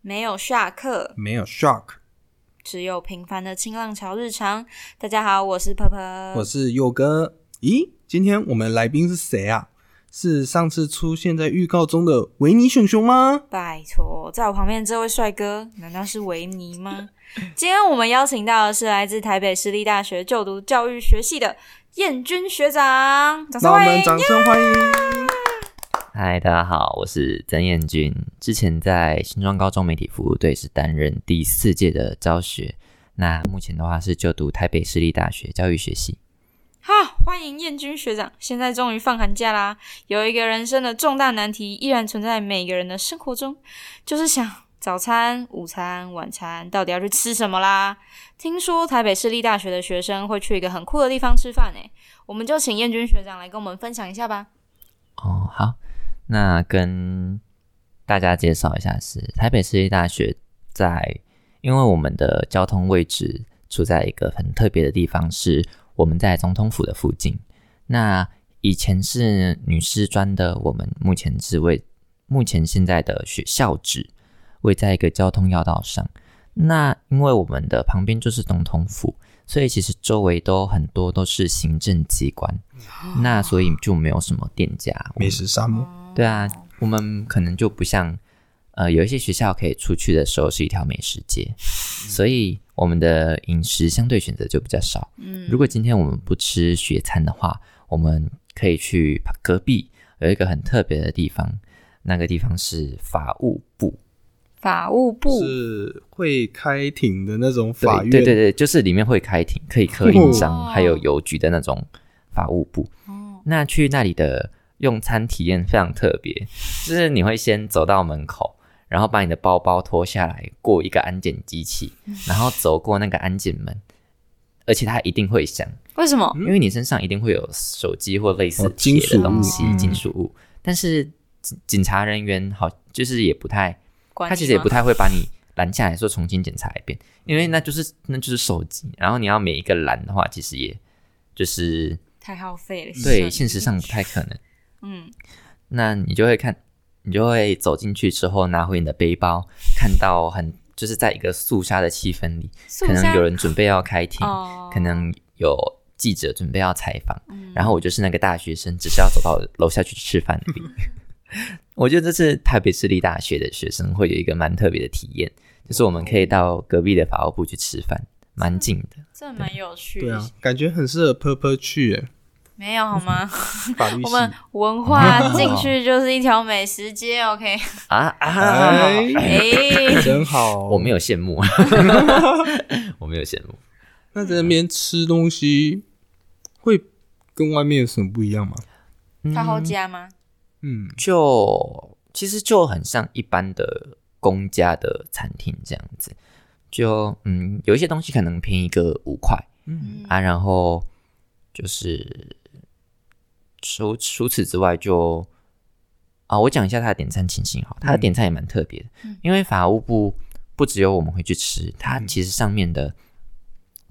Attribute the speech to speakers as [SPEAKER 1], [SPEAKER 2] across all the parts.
[SPEAKER 1] 没有下课，
[SPEAKER 2] 没有 shark，
[SPEAKER 1] 只有平凡的清浪潮日常。大家好，我是婆婆，
[SPEAKER 2] 我是佑哥。咦，今天我们来宾是谁啊？是上次出现在预告中的维尼熊熊吗？
[SPEAKER 1] 拜托，在我旁边这位帅哥，难道是维 尼吗？今天我们邀请到的是来自台北私立大学就读教育学系的彦军学长，
[SPEAKER 2] 那
[SPEAKER 1] 掌声
[SPEAKER 2] 我
[SPEAKER 1] 欢
[SPEAKER 2] 们
[SPEAKER 1] 迎！
[SPEAKER 2] 掌声欢迎。
[SPEAKER 3] 嗨，大家好，我是曾彦军。之前在新庄高中媒体服务队是担任第四届的教学，那目前的话是就读台北市立大学教育学系。
[SPEAKER 1] 哈，欢迎彦军学长！现在终于放寒假啦，有一个人生的重大难题依然存在每个人的生活中，就是想早餐、午餐、晚餐到底要去吃什么啦？听说台北市立大学的学生会去一个很酷的地方吃饭诶，我们就请彦军学长来跟我们分享一下吧。
[SPEAKER 3] 哦，好，那跟大家介绍一下是台北市立大学在，因为我们的交通位置处在一个很特别的地方，是我们在总统府的附近。那以前是女师专的，我们目前是位，目前现在的学校址位在一个交通要道上。那因为我们的旁边就是总统府，所以其实周围都很多都是行政机关，那所以就没有什么店家，
[SPEAKER 4] 哦
[SPEAKER 3] 我
[SPEAKER 2] 美
[SPEAKER 3] 们
[SPEAKER 2] 食沙漠，
[SPEAKER 1] 哦
[SPEAKER 3] 对啊，我们可能就不像呃有一些学校可以出去的时候是一条美食街，
[SPEAKER 1] 嗯
[SPEAKER 3] 所以我们的饮食相对选择就比较少。
[SPEAKER 1] 嗯
[SPEAKER 3] 如果今天我们不吃学餐的话，我们可以去隔壁有一个很特别的地方，那个地方是法务部，
[SPEAKER 1] 法务部
[SPEAKER 2] 是会开庭的那种
[SPEAKER 3] 对
[SPEAKER 2] 法院。
[SPEAKER 3] 对对对，就是里面会开庭，可以刻印章，
[SPEAKER 1] 哦
[SPEAKER 3] 还有邮局的那种法务部。
[SPEAKER 1] 哦
[SPEAKER 3] 那去那里的用餐体验非常特别，就是你会先走到门口，然后把你的包包脱下来，过一个安检机器，然后走过那个安检门，而且它一定会响，
[SPEAKER 1] 为什么？
[SPEAKER 3] 因为你身上一定会有手机或类似
[SPEAKER 2] 哦金
[SPEAKER 3] 铁
[SPEAKER 2] 属
[SPEAKER 3] 的东西
[SPEAKER 2] 物嗯，
[SPEAKER 3] 金属物。但是警警察人员好，就是也不太，
[SPEAKER 1] 管
[SPEAKER 3] 他
[SPEAKER 1] 你
[SPEAKER 3] 其实也
[SPEAKER 1] 吗
[SPEAKER 3] 不太会把你拦下来说重新检查一遍，因为那就是那就是手机，然后你要每一个拦的话，其实也就是
[SPEAKER 1] 太耗费了。
[SPEAKER 3] 对嗯现实上不太可能。
[SPEAKER 1] 嗯，
[SPEAKER 3] 那你就会看，你就会走进去之后拿回你的背包，看到很就是在一个肃杀的气氛里，
[SPEAKER 1] 可
[SPEAKER 3] 可能有人准备要开庭，
[SPEAKER 1] 哦，
[SPEAKER 3] 可能有记者准备要采访，然后我就是那个大学生，只是要走到楼下去吃饭而已。 我觉得这是台北市立大学的学生会有一个蛮特别的体验，就是我们可以到隔壁的法务部去吃饭，蛮近的。
[SPEAKER 1] 这蛮有趣
[SPEAKER 2] 对
[SPEAKER 1] 的，
[SPEAKER 2] 啊，感觉很适合 purple 去耶，
[SPEAKER 1] 没有好吗？
[SPEAKER 2] 法律
[SPEAKER 1] 我
[SPEAKER 2] 系。
[SPEAKER 1] 们文化进去就是一条美食街，OK？
[SPEAKER 3] 啊啊！
[SPEAKER 2] 哎，
[SPEAKER 1] 哎，
[SPEAKER 2] 真好。
[SPEAKER 3] 我没有羡慕，啊 我没有羡慕。
[SPEAKER 2] 那在那边吃东西会跟外面有什么不一样吗？
[SPEAKER 1] 他好家吗？
[SPEAKER 2] 嗯，
[SPEAKER 3] 就其实就很像一般的公家的餐厅这样子，就嗯，有一些东西可能便宜个五块，
[SPEAKER 2] 嗯
[SPEAKER 3] 啊，然后就是除除此之外就啊，我讲一下他的点餐情形好，他的点餐也蛮特别的，
[SPEAKER 1] 嗯
[SPEAKER 3] 因为法务部不只有我们会去吃，它其实上面的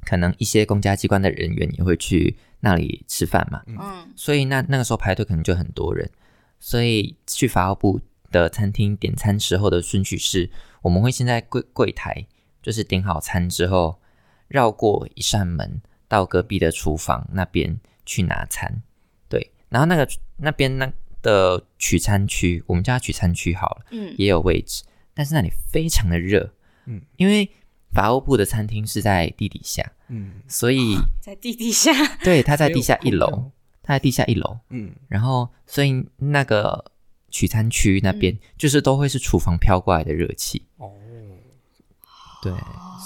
[SPEAKER 3] 可能一些公家机关的人员也会去那里吃饭嘛，
[SPEAKER 1] 嗯，
[SPEAKER 3] 所以那那个时候排队可能就很多人，所以去法务部的餐厅点餐时候的顺序是，我们会先在柜柜台，就是点好餐之后，绕过一扇门到隔壁的厨房那边去拿餐，对，然后那个那边那的取餐区，我们叫它取餐区好了。
[SPEAKER 1] 嗯
[SPEAKER 3] 也有位置，但是那里非常的热，
[SPEAKER 2] 嗯
[SPEAKER 3] 嗯，因为法务部的餐厅是在地底下，
[SPEAKER 2] 嗯，
[SPEAKER 3] 所以
[SPEAKER 1] 在地底下，
[SPEAKER 3] 对，它在
[SPEAKER 2] 没有
[SPEAKER 3] 地下
[SPEAKER 2] 空
[SPEAKER 3] 一
[SPEAKER 2] 调
[SPEAKER 3] 楼，它在地下一楼，
[SPEAKER 2] 嗯，
[SPEAKER 3] 然后所以那个取餐区那边、就是都会是厨房飘过来的热气，
[SPEAKER 2] 哦，
[SPEAKER 3] 对，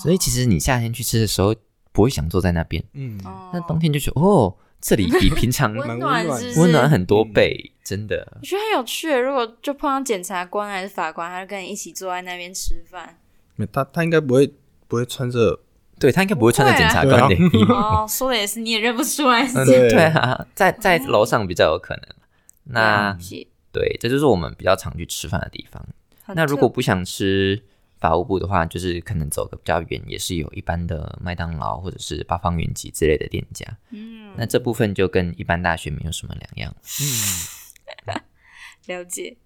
[SPEAKER 3] 所以其实你夏天去吃的时候不会想坐在那边，
[SPEAKER 2] 嗯，
[SPEAKER 1] 哦
[SPEAKER 3] 那冬天就觉得哦，这里比平常
[SPEAKER 1] 温
[SPEAKER 2] 蛮
[SPEAKER 1] 暖
[SPEAKER 2] 温暖
[SPEAKER 1] 是
[SPEAKER 2] 的
[SPEAKER 1] 不是
[SPEAKER 3] 温暖很多倍，真的
[SPEAKER 1] 我。觉得很有趣。如果就碰到检察官还是法官，他就跟你一起坐在那边吃饭。
[SPEAKER 2] 没他他应该不会不会穿着
[SPEAKER 3] 对他应该不会穿着
[SPEAKER 1] 不会啊
[SPEAKER 3] 检察官的
[SPEAKER 2] 对啊
[SPEAKER 3] 衣服，
[SPEAKER 1] 哦，说的也是，你也认不出来是
[SPEAKER 2] 嗯
[SPEAKER 1] 谁。
[SPEAKER 2] 对
[SPEAKER 3] 对啊，在在楼上比较有可能。那
[SPEAKER 1] 是
[SPEAKER 3] 对，这就是我们比较常去吃饭的地方。
[SPEAKER 1] 很
[SPEAKER 3] 那
[SPEAKER 1] 特
[SPEAKER 3] 如果不想吃法务部的话，就是可能走个比较远，也是有一般的麦当劳或者是八方云集之类的店家。
[SPEAKER 1] 嗯
[SPEAKER 3] 那这部分就跟一般大学没有什么两样。
[SPEAKER 1] 了解。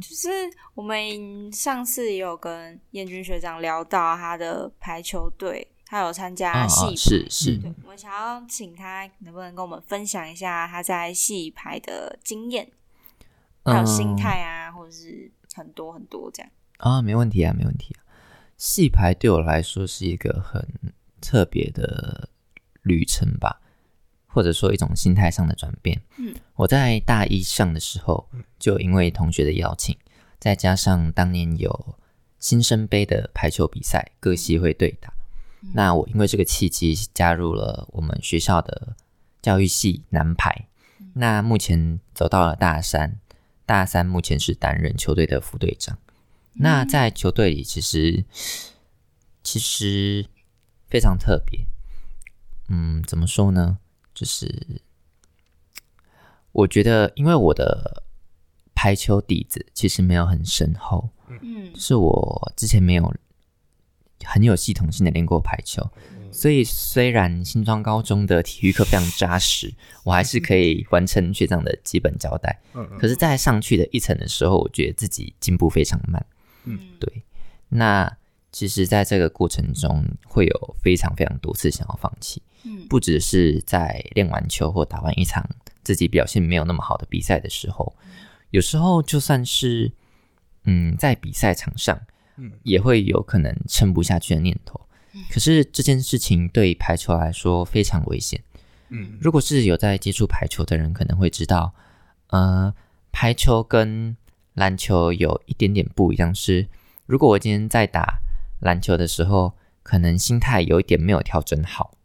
[SPEAKER 1] 就是我们上次也有跟燕君学长聊到他的排球队，他有参加
[SPEAKER 3] 啊，
[SPEAKER 1] 戏、
[SPEAKER 3] 啊是是，
[SPEAKER 1] 对，我想要请他能不能跟我们分享一下他在戏排的经验，
[SPEAKER 3] 嗯
[SPEAKER 1] 还有心态啊，或者是很多很多这样。
[SPEAKER 3] 啊，没问题啊，没问题啊。戏排对我来说是一个很特别的旅程吧，或者说一种心态上的转变。
[SPEAKER 1] 嗯，
[SPEAKER 3] 我在大一上的时候，就因为同学的邀请，再加上当年有新生杯的排球比赛，各系会对打。
[SPEAKER 1] 嗯
[SPEAKER 3] 那我因为这个契机加入了我们学校的教育系男排，那目前走到了大三，大三目前是担任球队的副队长。那在球队里，其实其实非常特别。嗯，怎么说呢？就是我觉得，因为我的排球底子其实没有很深厚，
[SPEAKER 1] 嗯
[SPEAKER 3] 就是我之前没有很有系统性的练过排球，所以虽然新庄高中的体育课非常扎实，我还是可以完成学长的基本交代。
[SPEAKER 2] 嗯嗯
[SPEAKER 3] 可是，在上去的一层的时候，我觉得自己进步非常慢。
[SPEAKER 1] 嗯，
[SPEAKER 3] 对，那其实，在这个过程中，会有非常非常多次想要放弃，
[SPEAKER 1] 嗯
[SPEAKER 3] 不只是在练完球或打完一场自己表现没有那么好的比赛的时候，有时候就算是嗯，在比赛场上
[SPEAKER 2] 嗯，
[SPEAKER 3] 也会有可能撑不下去的念头。可是这件事情对排球来说非常危险。
[SPEAKER 2] 嗯
[SPEAKER 3] 如果是有在接触排球的人，可能会知道，呃，排球跟篮球有一点点不一样是，如果我今天在打篮球的时候，可能心态有一点没有调整好，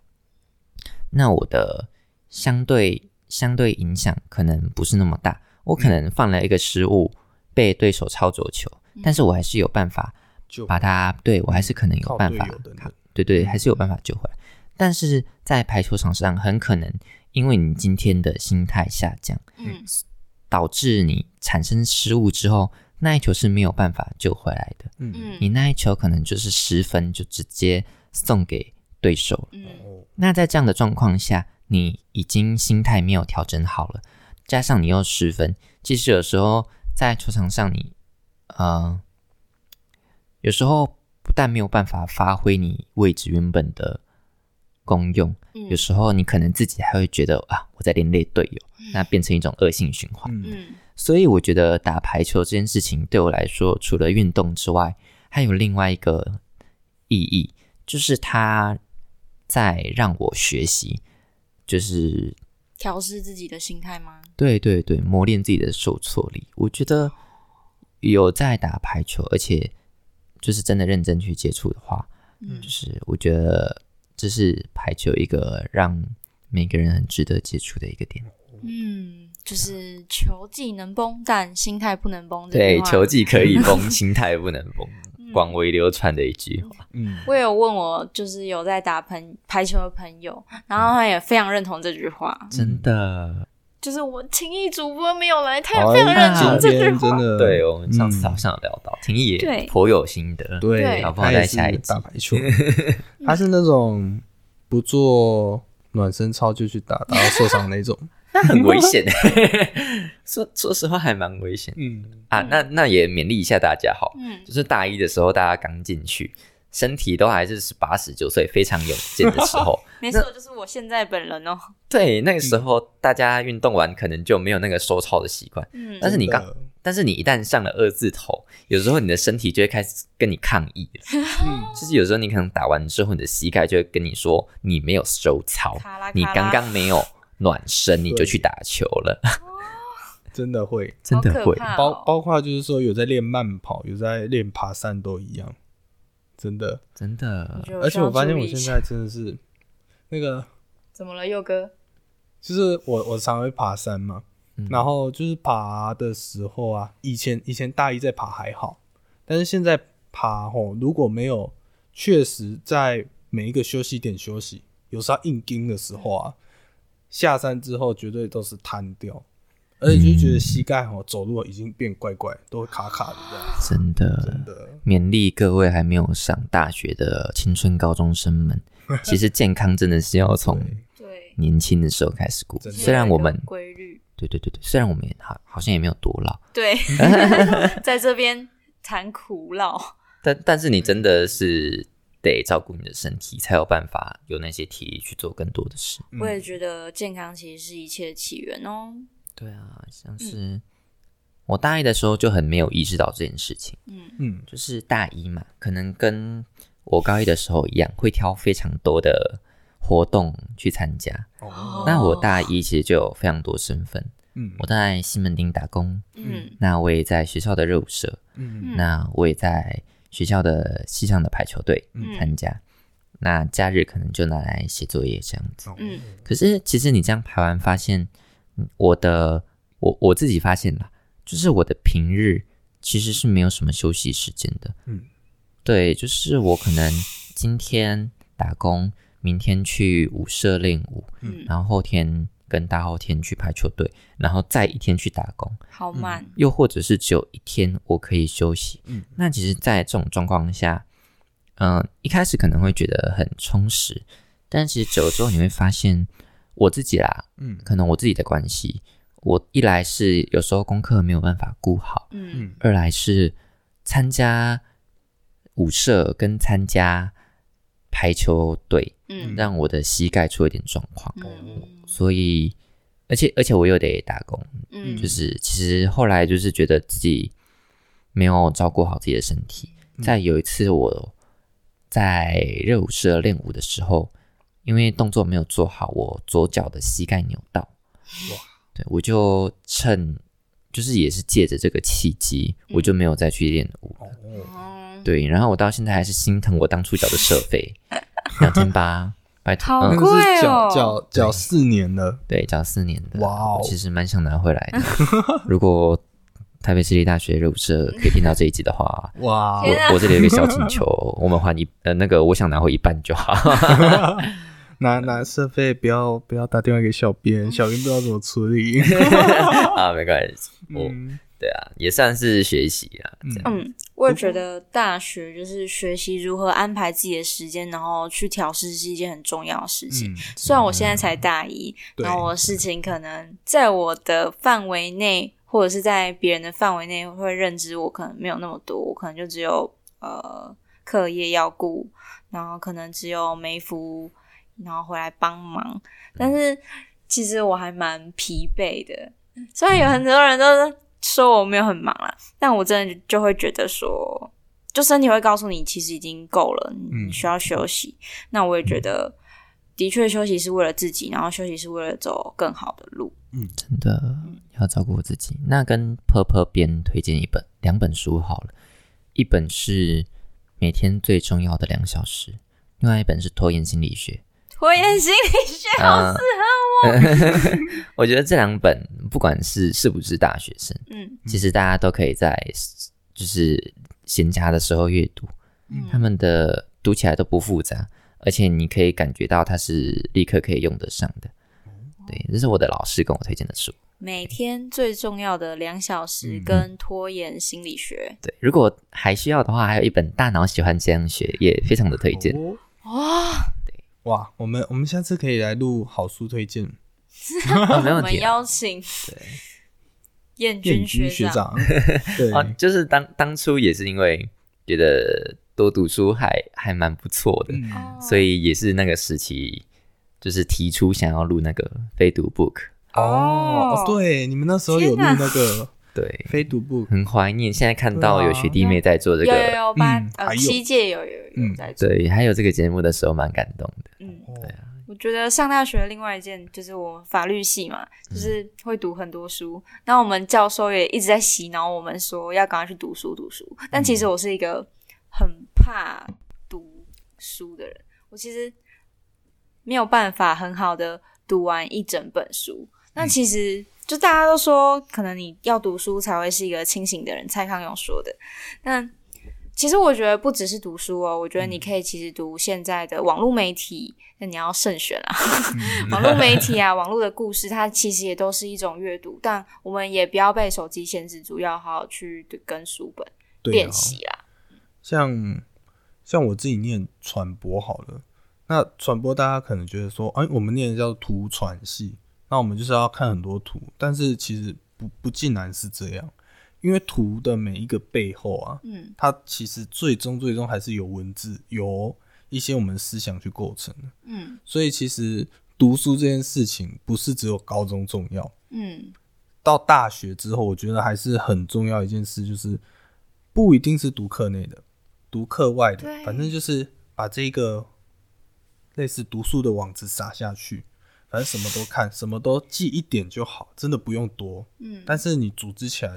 [SPEAKER 3] 那我的相对相对影响可能不是那么大。我可
[SPEAKER 2] 嗯
[SPEAKER 3] 能犯了一个失误，被对手抄走球，但是我还是有办法
[SPEAKER 2] 就
[SPEAKER 3] 把它，对我还是可能有
[SPEAKER 2] 靠
[SPEAKER 3] 办
[SPEAKER 2] 队
[SPEAKER 3] 法
[SPEAKER 2] 友等等
[SPEAKER 3] 对对，还是有办法救回来。但是在排球场上，很可能因为你今天的心态下降，
[SPEAKER 1] 嗯
[SPEAKER 3] 导致你产生失误之后，那一球是没有办法救回来的。
[SPEAKER 2] 嗯
[SPEAKER 1] 嗯
[SPEAKER 3] 你那一球可能就是十分就直接送给对手了。
[SPEAKER 1] 嗯
[SPEAKER 2] 哦
[SPEAKER 3] 那在这样的状况下，你已经心态没有调整好了，加上你又失分，其实有时候在球场上你，呃，有时候不但没有办法发挥你位置原本的功用，
[SPEAKER 1] 嗯
[SPEAKER 3] 有时候你可能自己还会觉得啊，我在连累队友，那变成一种恶性循环。
[SPEAKER 2] 嗯
[SPEAKER 1] 嗯
[SPEAKER 3] 所以我觉得打排球这件事情对我来说，除了运动之外，还有另外一个意义，就是它在让我学习，就是
[SPEAKER 1] 调试自己的心态吗？
[SPEAKER 3] 对对对，磨练自己的受挫力。我觉得有在打排球，而且就是真的认真去接触的话，
[SPEAKER 1] 嗯
[SPEAKER 3] 就是我觉得这是排球一个让每个人很值得接触的一个点。
[SPEAKER 1] 嗯，就是球技能崩，但心态不能崩。
[SPEAKER 3] 对，球
[SPEAKER 1] 技。
[SPEAKER 3] 技可以崩，心态不能崩，广为流传的一句话。
[SPEAKER 2] 嗯
[SPEAKER 1] 我有问我就是有在打朋排球的朋友，然后他也非常认同这句话，
[SPEAKER 3] 真的，
[SPEAKER 1] 就是我情谊主播没有来，他
[SPEAKER 4] 哎
[SPEAKER 1] 也
[SPEAKER 2] 好
[SPEAKER 1] 非常认
[SPEAKER 3] 啊
[SPEAKER 1] 同这
[SPEAKER 2] 今
[SPEAKER 1] 句
[SPEAKER 2] 天真
[SPEAKER 1] 话。
[SPEAKER 2] 的
[SPEAKER 3] 对我们上次
[SPEAKER 2] 嗯
[SPEAKER 3] 好像有聊到，婷宜
[SPEAKER 1] 对
[SPEAKER 3] 也颇有心得，
[SPEAKER 2] 对，
[SPEAKER 3] 搞不
[SPEAKER 2] 他
[SPEAKER 3] 好
[SPEAKER 2] 也
[SPEAKER 3] 在
[SPEAKER 2] 是
[SPEAKER 3] 下一集
[SPEAKER 2] 打。排球，他是那种不做暖身操就去打，打到受伤那种。
[SPEAKER 3] 那很危险，说说实话还蛮危险
[SPEAKER 2] 嗯，
[SPEAKER 3] 啊。那那也勉励一下大家好，
[SPEAKER 1] 嗯，
[SPEAKER 3] 就是大一的时候大家刚进去，身体都还是八十九岁非常有劲的时候，
[SPEAKER 1] 没错，就是我现在本人哦。
[SPEAKER 3] 对
[SPEAKER 2] 嗯
[SPEAKER 3] 那个时候大家运动完可能就没有那个收操的习惯，
[SPEAKER 1] 嗯
[SPEAKER 3] 但是你刚
[SPEAKER 2] 真的，
[SPEAKER 3] 但是你一旦上了二字头，有时候你的身体就会开始跟你抗议了。
[SPEAKER 2] 嗯，
[SPEAKER 3] 就是有时候你可能打完之后，你的膝盖就会跟你说你没有收 操
[SPEAKER 1] 卡拉，
[SPEAKER 3] 你
[SPEAKER 1] 卡拉
[SPEAKER 3] 刚刚没有暖身，你就去打球了，
[SPEAKER 2] 真的会，
[SPEAKER 3] 真的
[SPEAKER 1] 好
[SPEAKER 3] 会
[SPEAKER 1] 可。怕
[SPEAKER 2] 包
[SPEAKER 1] 哦
[SPEAKER 2] 包括就是说有在练慢跑，有在练爬山都一样，真的。
[SPEAKER 3] 真的
[SPEAKER 1] 就
[SPEAKER 2] 而且我发现
[SPEAKER 1] 需要
[SPEAKER 2] 我
[SPEAKER 1] 注意一
[SPEAKER 2] 现
[SPEAKER 1] 下
[SPEAKER 2] 在真的是那个，
[SPEAKER 1] 怎么了，佑哥？
[SPEAKER 2] 就是我我常会爬山嘛，
[SPEAKER 3] 嗯
[SPEAKER 2] 然后就是爬的时候啊，以前以前大一在爬还好，但是现在爬吼，如果没有确实在每一个休息点休息，有时候硬盯的时候啊，下山之后绝对都是瘫掉，而且就觉得膝盖吼走路已经变怪怪，都会卡卡的这样，
[SPEAKER 3] 嗯真的
[SPEAKER 2] 真的，
[SPEAKER 3] 勉励各位还没 有上大学的青春高中生们，其实健康真的是要从
[SPEAKER 2] 对
[SPEAKER 1] 对，对，
[SPEAKER 3] 年轻的时候开始顾。
[SPEAKER 2] 真的
[SPEAKER 3] 嗯虽然我们
[SPEAKER 1] 有一个规律，
[SPEAKER 3] 对对对对，虽然我们也好好像也没有多老，
[SPEAKER 1] 对，在这边谈苦劳，
[SPEAKER 3] 但但是你真
[SPEAKER 1] 嗯
[SPEAKER 3] 的是得照顾你的身体，才有办法有那些体力去做更多的事。
[SPEAKER 2] 嗯
[SPEAKER 1] 我也觉得健康其实是一切的起源哦。
[SPEAKER 3] 对啊，
[SPEAKER 1] 嗯
[SPEAKER 3] 像是我大一的时候就很没有意识到这件事情，
[SPEAKER 1] 嗯，
[SPEAKER 2] 嗯，
[SPEAKER 3] 就是大一嘛，可能跟我高一的时候一样，会挑非常多的活动去参加。
[SPEAKER 1] 哦
[SPEAKER 3] 那我大一其实就有非常多身份，
[SPEAKER 2] 嗯
[SPEAKER 3] 我在西门町打工，
[SPEAKER 1] 嗯
[SPEAKER 3] 那我也在学校的热舞社，
[SPEAKER 2] 嗯
[SPEAKER 3] 那我也在学校的系上的排球队
[SPEAKER 1] 嗯
[SPEAKER 3] 参加。那假日可能就拿来写作业这样子。
[SPEAKER 1] 嗯
[SPEAKER 3] 可是其实你这样排完，发现嗯我的我我自己发现啦，就是我的平日其实是没有什么休息时间的。
[SPEAKER 2] 嗯，
[SPEAKER 3] 对，就是我可能今天打工，明天去舞社练舞，
[SPEAKER 1] 嗯，
[SPEAKER 3] 然后后天跟大后天去排球队，然后再一天去打工。
[SPEAKER 2] 嗯
[SPEAKER 1] 好慢，
[SPEAKER 3] 又或者是只有一天我可以休息。
[SPEAKER 2] 嗯
[SPEAKER 3] 那其实，在这种状况下，嗯、一开始可能会觉得很充实，但其实久了之后，你会发现我自己啦，
[SPEAKER 2] 嗯
[SPEAKER 3] 可能我自己的关系，我一来是有时候功课没有办法顾好，
[SPEAKER 1] 嗯
[SPEAKER 3] 二来是参加舞社跟参加排球队，
[SPEAKER 1] 嗯
[SPEAKER 3] 让我的膝盖出了一点状况，
[SPEAKER 1] 嗯
[SPEAKER 3] 所以。而且而且我又得打工，
[SPEAKER 1] 嗯，
[SPEAKER 3] 就是其实后来就是觉得自己没有照顾好自己的身体。
[SPEAKER 2] 嗯
[SPEAKER 3] 在有一次我在热舞社练舞的时候，因为动作没有做好，我左脚的膝盖扭到，
[SPEAKER 2] 哇，
[SPEAKER 3] 对我就趁就是也是借着这个契机，
[SPEAKER 1] 嗯
[SPEAKER 3] 我就没有再去练舞。
[SPEAKER 2] 哦，
[SPEAKER 1] 哦，
[SPEAKER 3] 对，然后我到现在还是心疼我当初缴的社 费两千八，拜托，
[SPEAKER 1] 好
[SPEAKER 2] 那
[SPEAKER 1] 贵
[SPEAKER 3] 嗯，
[SPEAKER 2] 个是缴
[SPEAKER 1] 哦
[SPEAKER 2] 缴缴四年了，
[SPEAKER 3] 对，缴四年的，
[SPEAKER 2] 哇哦
[SPEAKER 3] 其实蛮想拿回 来的。如果台北市立大学热舞社可以听到这一集的话，
[SPEAKER 2] 哇，哦
[SPEAKER 1] 天啊
[SPEAKER 3] 我我这里有一个小请求， 我们还一呃那个我想拿回一半就 好。
[SPEAKER 2] 拿拿设备不要不要打电话给小编，小编不知道怎么处理。
[SPEAKER 3] 啊，没关系，我、
[SPEAKER 2] 嗯
[SPEAKER 3] 对啊，也算是学习啊，这样、
[SPEAKER 1] 哦嗯，我也觉得大学就是学习如何安排自己的时间，然后去调试是一件很重要的事情。
[SPEAKER 2] 嗯
[SPEAKER 1] 虽然我现在才大一，
[SPEAKER 2] 对
[SPEAKER 1] 然后我的事情可能在我的范围内，或者是在别人的范围内会认知我可能没有那么多，我可能就只有呃课业要顾，然后可能只有梅服，然后回来帮忙。但是其实我还蛮疲惫的，虽然有很多人都说我没有很忙啦，但我真的就会觉得说，就身体会告诉你，其实已经够了，你
[SPEAKER 2] 嗯
[SPEAKER 1] 你需要休息。那我也觉得，的确休息是为了自己，然后休息是为了走更好的路。
[SPEAKER 3] 真的要照顾我自己。那跟 Purple 边推荐一本两本书好了，一本是《每天最重要的两小时》，另外一本是《拖延心理学》。
[SPEAKER 1] 拖延心理学好
[SPEAKER 3] 啊
[SPEAKER 1] 适
[SPEAKER 3] 我觉得这两本不管是是不是大学生，
[SPEAKER 1] 嗯
[SPEAKER 3] 其实大家都可以在就是闲暇的时候阅读，
[SPEAKER 2] 嗯
[SPEAKER 3] 他们的读起来都不复杂，而且你可以感觉到它是立刻可以用得上的。
[SPEAKER 2] 哦
[SPEAKER 3] 对，这是我的老师跟我推荐的书。
[SPEAKER 1] 每天最重要的两小时
[SPEAKER 2] 嗯
[SPEAKER 1] 跟拖延心理学。
[SPEAKER 3] 对，如果还需要的话，还有一本《大脑喜欢这样学》，也非常的推荐。
[SPEAKER 2] 哦
[SPEAKER 1] 哇，
[SPEAKER 2] 哇，我们我们下次可以来录好书推荐，
[SPEAKER 3] 哦，没
[SPEAKER 1] 我
[SPEAKER 3] 问
[SPEAKER 1] 们
[SPEAKER 3] 题啊。
[SPEAKER 1] 邀请
[SPEAKER 3] 对
[SPEAKER 1] 燕
[SPEAKER 2] 燕
[SPEAKER 1] 君
[SPEAKER 2] 君学
[SPEAKER 1] 长，
[SPEAKER 2] 长，对，
[SPEAKER 3] 哦，就是当当初也是因为觉得多读书还还蛮不错的，
[SPEAKER 2] 嗯，
[SPEAKER 1] 哦
[SPEAKER 3] 所以也是那个时期，就是提出想要录那个非读 book，
[SPEAKER 2] 哦，对，你们那时候有录那个
[SPEAKER 3] 对，
[SPEAKER 2] 非读 不可，
[SPEAKER 3] 很怀念。现在看到有学弟妹在做这
[SPEAKER 1] 啊有有
[SPEAKER 3] 个，
[SPEAKER 1] 有八
[SPEAKER 2] 嗯还
[SPEAKER 1] 呃
[SPEAKER 2] 有
[SPEAKER 1] 七届有有有
[SPEAKER 2] 嗯
[SPEAKER 1] 在做，
[SPEAKER 3] 对，还有这个节目的时候，蛮感动的。
[SPEAKER 1] 嗯，
[SPEAKER 2] 哦
[SPEAKER 3] 啊
[SPEAKER 1] 我觉得上大学的另外一件就是我法律系嘛，就是会读很多书。那我们教授也一直在洗脑我们说要赶快去读书读书，但其实我是一个很怕读书的人，我其实没有办法很好的读完一整本书。那其实就大家都说，可能你要读书才会是一个清醒的人，蔡康永说的。但其实我觉得不只是读书哦，我觉得
[SPEAKER 3] 嗯
[SPEAKER 1] 你可以其实读现在的网络媒体，那你要慎选啊。
[SPEAKER 3] 嗯
[SPEAKER 1] 网络媒体啊，网络的故事，它其实也都是一种阅读，但我们也不要被手机限制住，要好好去跟书本
[SPEAKER 3] 哦
[SPEAKER 2] 对啊
[SPEAKER 1] 练习啦。
[SPEAKER 2] 像像我自己念传播好了，那传播大家可能觉得说，哎，我们念的叫图传系，那我们就是要看很多图，但是其实不不尽然是这样，因为图的每一个背后啊，
[SPEAKER 1] 嗯，
[SPEAKER 2] 它其实最终最终还是有文字，有一些我们思想去构成的。
[SPEAKER 1] 嗯
[SPEAKER 2] 所以其实读书这件事情不是只有高中重要，
[SPEAKER 1] 嗯
[SPEAKER 2] 到大学之后，我觉得还是很重要一件事，就是不一定是读课内的，读课外的
[SPEAKER 1] 对，
[SPEAKER 2] 反正就是把这个类似读书的网子撒下去，反正什么都看，什么都记一点就好，真的不用多。
[SPEAKER 1] 嗯，
[SPEAKER 2] 但是你组织起来，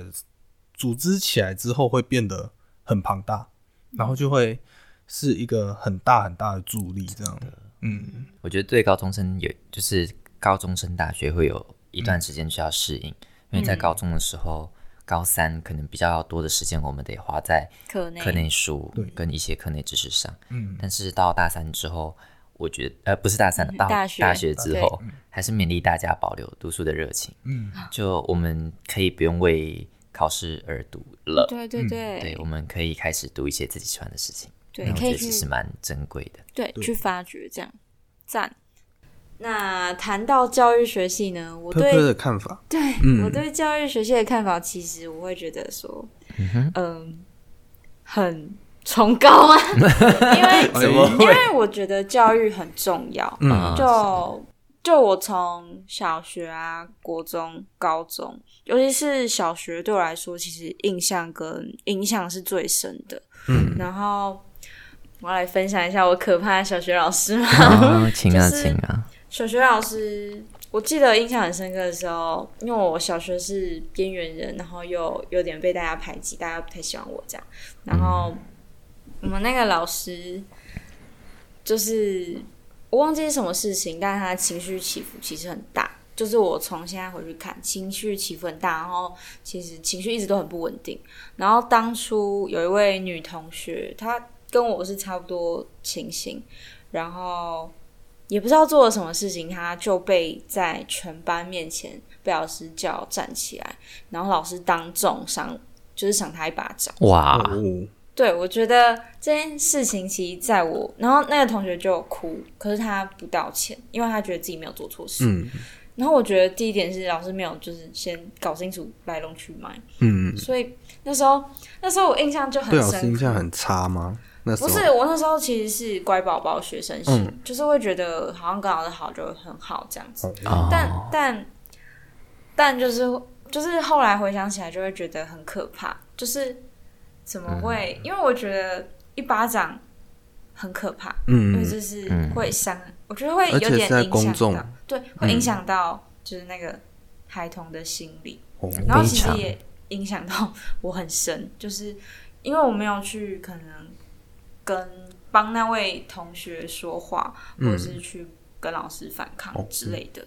[SPEAKER 2] 组织起来之后会变得很庞大，然后就会是一个很大很大的助力，这样。嗯，
[SPEAKER 3] 我觉得对高中生有，就是高中升大学会有一段时间需要适
[SPEAKER 1] 嗯
[SPEAKER 3] 应，因为在高中的时候，高三可能比较多的时间我们得花在
[SPEAKER 1] 课内
[SPEAKER 3] 课内书
[SPEAKER 2] 对
[SPEAKER 3] 跟一些课内知识上，
[SPEAKER 2] 嗯
[SPEAKER 3] 但是到大三之后，我觉得呃不是大三了，到
[SPEAKER 1] 大学
[SPEAKER 3] 学之后，还是勉励大家保留读书的热情，
[SPEAKER 2] 嗯，
[SPEAKER 3] 就我们可以不用为考试而读了，
[SPEAKER 1] 对
[SPEAKER 3] 嗯
[SPEAKER 1] 对对
[SPEAKER 3] 对，我们可以开始读一些自己喜欢的事情，
[SPEAKER 1] 对
[SPEAKER 3] 那我
[SPEAKER 1] 可
[SPEAKER 3] 觉
[SPEAKER 1] 以
[SPEAKER 3] 得其
[SPEAKER 1] 去
[SPEAKER 3] 实蛮珍贵的。
[SPEAKER 1] 对，去发掘这样，赞。那谈到教育学系呢，我
[SPEAKER 2] 科
[SPEAKER 1] 对
[SPEAKER 2] 科的看法，
[SPEAKER 1] 对、
[SPEAKER 2] 嗯
[SPEAKER 1] 我对教育学系的看法，其实我会觉得说，嗯、很崇高 啊，因为
[SPEAKER 2] 怎么
[SPEAKER 1] 因为我觉得教育很重要，
[SPEAKER 2] 嗯
[SPEAKER 1] 就就我从小学啊、国中、高中，尤其是小学，对我来说，其实印象跟影响是最深的。
[SPEAKER 2] 嗯，
[SPEAKER 1] 然后我要来分享一下我可怕的小学老师嘛。
[SPEAKER 3] 啊，请啊，
[SPEAKER 1] 就是
[SPEAKER 3] 请啊，
[SPEAKER 1] 小学老师，我记得印象很深刻的时候，因为我小学是边缘人，然后又有点被大家排挤，大家不太喜欢我这样。然后我们那个老师，就是我忘记是什么事情，但是他情绪起伏其实很大。就是我从现在回去看，情绪起伏很大，然后其实情绪一直都很不稳定。然后当初有一位女同学，她跟我是差不多情形，然后也不知道做了什么事情，他就被在全班面前被老师叫站起来，然后老师当众赏，就是赏他一巴掌。
[SPEAKER 3] 哇，
[SPEAKER 2] 哦
[SPEAKER 1] 对，我觉得这件事情其实在我，然后那个同学就哭，可是他不道歉，因为他觉得自己没有做错事。
[SPEAKER 2] 嗯
[SPEAKER 1] 然后我觉得第一点是老师没有就是先搞清楚来龙去脉，
[SPEAKER 2] 嗯，
[SPEAKER 1] 所以那时候那时候我印象就很
[SPEAKER 4] 啊
[SPEAKER 2] 对老师
[SPEAKER 1] 深
[SPEAKER 2] 印
[SPEAKER 1] 刻。
[SPEAKER 2] 象很差吗？那时
[SPEAKER 1] 不
[SPEAKER 2] 候
[SPEAKER 1] 是，我那时候其实是乖宝宝学生型，
[SPEAKER 2] 嗯
[SPEAKER 1] 就是会觉得好像跟老师好就很好这样子。
[SPEAKER 3] 哦
[SPEAKER 1] 但但但就是就是后来回想起来，就会觉得很可怕，就是怎么会？
[SPEAKER 4] 嗯
[SPEAKER 1] 因为我觉得一巴掌很可怕，因为
[SPEAKER 2] 嗯
[SPEAKER 1] 这是会伤，我觉得会有
[SPEAKER 4] 而且
[SPEAKER 1] 点
[SPEAKER 4] 是
[SPEAKER 1] 影
[SPEAKER 4] 在
[SPEAKER 1] 响
[SPEAKER 4] 公众嗯
[SPEAKER 1] 到，对，会影响到就是那个孩童的心理，
[SPEAKER 2] 哦
[SPEAKER 4] 嗯
[SPEAKER 1] 然后其
[SPEAKER 3] 非
[SPEAKER 1] 实
[SPEAKER 3] 常
[SPEAKER 1] 也影响到我很深，就是因为我没有去可能跟帮那位同学说话，或者是去跟老师反抗之类的，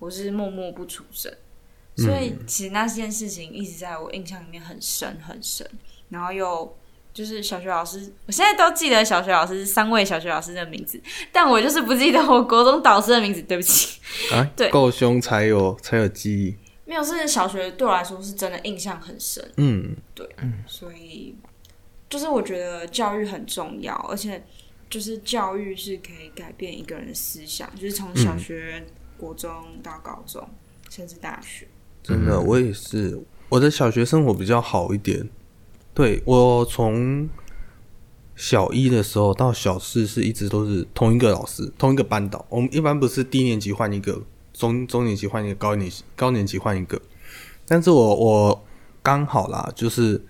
[SPEAKER 1] 我是默默不出声。
[SPEAKER 4] 嗯
[SPEAKER 1] 所以
[SPEAKER 4] 哦
[SPEAKER 1] 其实那件事情一直在我印象里面很深很深，然后又就是小学老师，我现在都记得小学老师三位小学老师的名字，但我就是不记得我国中导师的名字，对不起。
[SPEAKER 4] 哎
[SPEAKER 1] 对
[SPEAKER 4] 够凶才有才有记忆。
[SPEAKER 1] 没有，是小学对我来说是真的印象很深，
[SPEAKER 4] 嗯，
[SPEAKER 1] 所以就是我觉得教育很重要，而且就是教育是可以改变一个人的思想，就是从小学、国中到高中，甚至大学。
[SPEAKER 4] 真的，我也是。我的小学生活比较好一点，对我从小一的时候到小四是一直都是同一个老师，同一个班导。我们一般不是低年级换一个，中中年级换一个，高年级高年级换一个。但是我我刚好啦，就是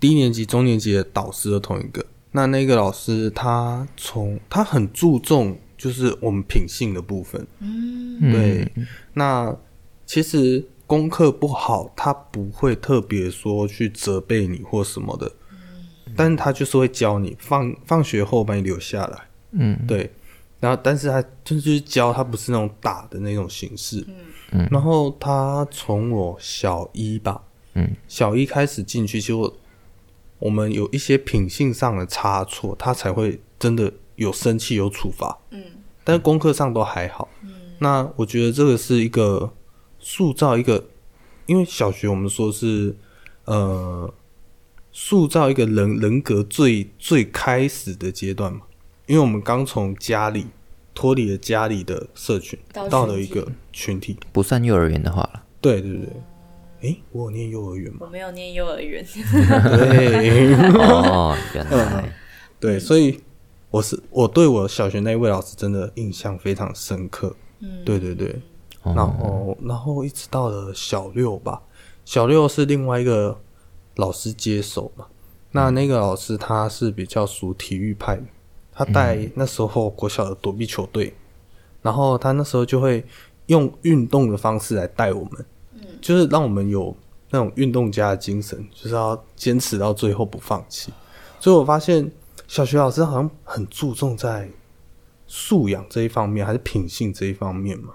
[SPEAKER 4] 低年级、中年级的导师都同一个。那那个老师他从他很注重就是我们品性的部分，
[SPEAKER 3] 嗯
[SPEAKER 4] 对，那其实功课不好，他不会特别说去责备你或什么的，但是他就是会教你放放学后把你留下来，
[SPEAKER 3] 嗯，
[SPEAKER 4] 对，然后但是他就是教他不是那种打的那种形式，
[SPEAKER 3] 嗯
[SPEAKER 4] 然后他从我小一吧，
[SPEAKER 3] 嗯，
[SPEAKER 4] 小一开始进去，其实我我们有一些品性上的差错，他才会真的有生气有处罚，
[SPEAKER 1] 嗯
[SPEAKER 4] 但是功课上都还好。那我觉得这个是一个塑造一个，因为小学我们说是呃，塑造一个人人格最最开始的阶段嘛。因为我们刚从家里脱离了家里的社群，
[SPEAKER 1] 到
[SPEAKER 4] 到了
[SPEAKER 1] 群
[SPEAKER 4] 一
[SPEAKER 1] 体
[SPEAKER 4] 个群体。
[SPEAKER 3] 不算幼儿园的话了，
[SPEAKER 4] 对对对对，诶、我有念幼儿园吗
[SPEAKER 1] 我？没有念幼儿园，
[SPEAKER 4] 对
[SPEAKER 3] 哦，原来
[SPEAKER 4] 对，所以我是我对我小学那一位老师真的印象非常深刻。
[SPEAKER 1] 嗯，
[SPEAKER 4] 对对对，
[SPEAKER 3] 哦
[SPEAKER 4] 然后然后一直到了小六吧，小六是另外一个老师接手嘛。那那个老师他是比较属体育派的，他带那时候国小的躲避球队，然后他那时候就会用运动的方式来带我们，就是让我们有那种运动家的精神，就是要坚持到最后不放弃。所以我发现小学老师好像很注重在素养这一方面，还是品性这一方面嘛。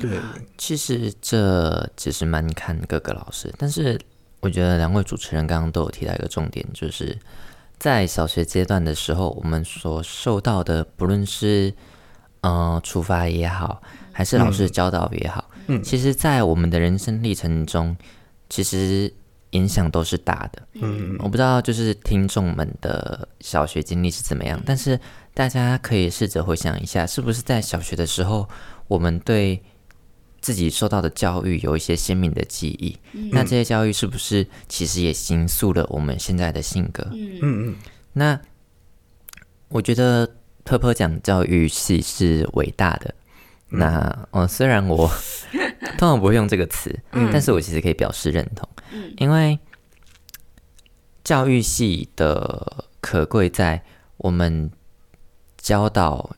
[SPEAKER 4] 对，
[SPEAKER 3] 其实这其实蛮看各个老师，但是我觉得两位主持人刚刚都有提到一个重点，就是在小学阶段的时候，我们所受到的不论是嗯、呃处罚也好，还是老师的教导也好，
[SPEAKER 4] 嗯
[SPEAKER 3] 其实，在我们的人生历程中，其实影响都是大的。
[SPEAKER 4] 嗯，
[SPEAKER 3] 我不知道就是听众们的小学经历是怎么样，但是大家可以试着回想一下，是不是在小学的时候，我们对自己受到的教育有一些鲜明的记忆？
[SPEAKER 4] 嗯
[SPEAKER 3] 那这些教育是不是其实也形塑了我们现在的性格？
[SPEAKER 4] 嗯嗯
[SPEAKER 3] 那我觉得特科奖教育系是伟大的。那哦，虽然我通常不会用这个词，但是我其实可以表示认同，因为教育系的可贵在我们教导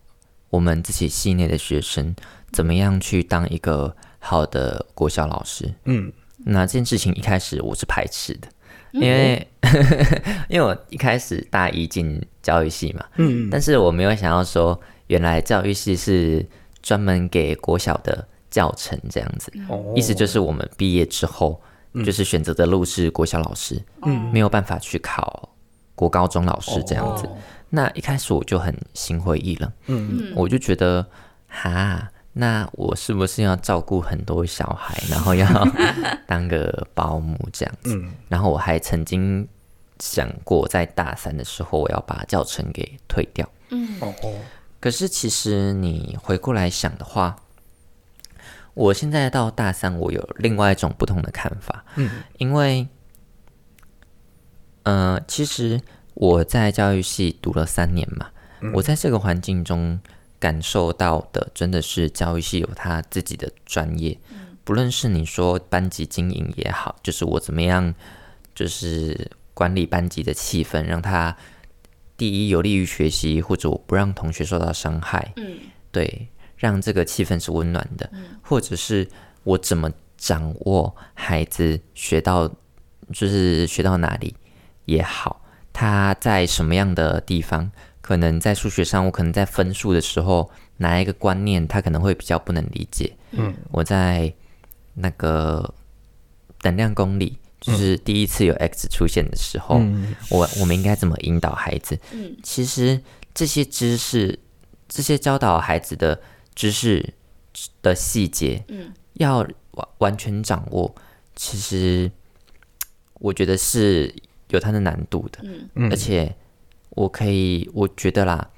[SPEAKER 3] 我们自己系内的学生怎么样去当一个好的国小老师。
[SPEAKER 4] 嗯
[SPEAKER 3] 那这件事情一开始我是排斥的，因为、 因为我一开始大一进教育系嘛，
[SPEAKER 4] 嗯嗯
[SPEAKER 3] 但是我没有想要说原来教育系是专门给国小的教程这样子，
[SPEAKER 4] 哦嗯
[SPEAKER 3] 意思就是我们毕业之后、就是选择的路是国小老师，没有办法去考国高中老
[SPEAKER 4] 哦
[SPEAKER 3] 师这样子。那一开始我就很心灰意冷，
[SPEAKER 4] 嗯
[SPEAKER 3] 我就觉得哈，那我是不是要照顾很多小孩，然后要当个保姆这样子？
[SPEAKER 4] 嗯
[SPEAKER 3] 然后我还曾经想过，在大三的时候我要把教程给退掉。
[SPEAKER 4] 哦哦
[SPEAKER 3] 可是其实你回过来想的话，我现在到大三，我有另外一种不同的看法。嗯，因为，呃，其实我在教育系读了三年嘛，我在这个环境中感受到的，真的是教育系有他自己的专业。不论是你说班级经营也好，就是我怎么样，就是管理班级的气氛，让他第一有利于学习，或者我不让同学受到伤害，
[SPEAKER 1] 嗯，
[SPEAKER 3] 对，让这个气氛是温暖的，或者是我怎么掌握孩子学到，就是学到哪里也好，他在什么样的地方，可能在数学上，我可能在分数的时候，哪一个观念他可能会比较不能理解，嗯，我在那个等量公理。就是第一次有 x 出现的时候，
[SPEAKER 4] 嗯
[SPEAKER 3] 我我们应该怎么引导孩子？
[SPEAKER 1] 嗯
[SPEAKER 3] 其实这些知识，这些教导孩子的知识的细节，
[SPEAKER 1] 嗯，
[SPEAKER 3] 要完完全掌握，其实我觉得是有它的难度的，
[SPEAKER 1] 嗯
[SPEAKER 3] 而且我可以，我觉得啦，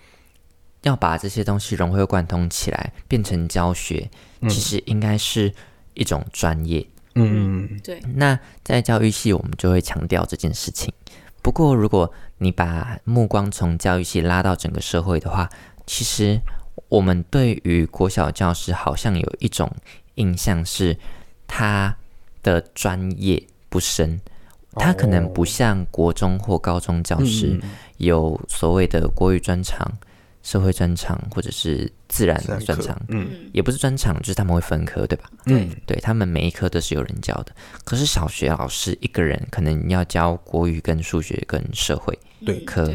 [SPEAKER 3] 要把这些东西融会贯通起来，变成教学，其实应该是一种专业，
[SPEAKER 4] 嗯
[SPEAKER 1] 对，
[SPEAKER 3] 那在教育系，我们就会强调这件事情。不过，如果你把目光从教育系拉到整个社会的话，其实我们对于国小教师好像有一种印象是他的专业不深，他可能不像国中或高中教
[SPEAKER 4] 嗯
[SPEAKER 3] 师有所谓的国语专长、社会专长或者是自然
[SPEAKER 4] 自然
[SPEAKER 3] 专
[SPEAKER 4] 课
[SPEAKER 3] 长，
[SPEAKER 4] 嗯
[SPEAKER 3] 也不是专长，就是他们会分科，对吧？
[SPEAKER 4] 嗯
[SPEAKER 3] 对他们每一科都是有人教的。可是小学老师一个人可能要教国语、跟数学、跟社会。
[SPEAKER 4] 对
[SPEAKER 1] 嗯
[SPEAKER 3] 可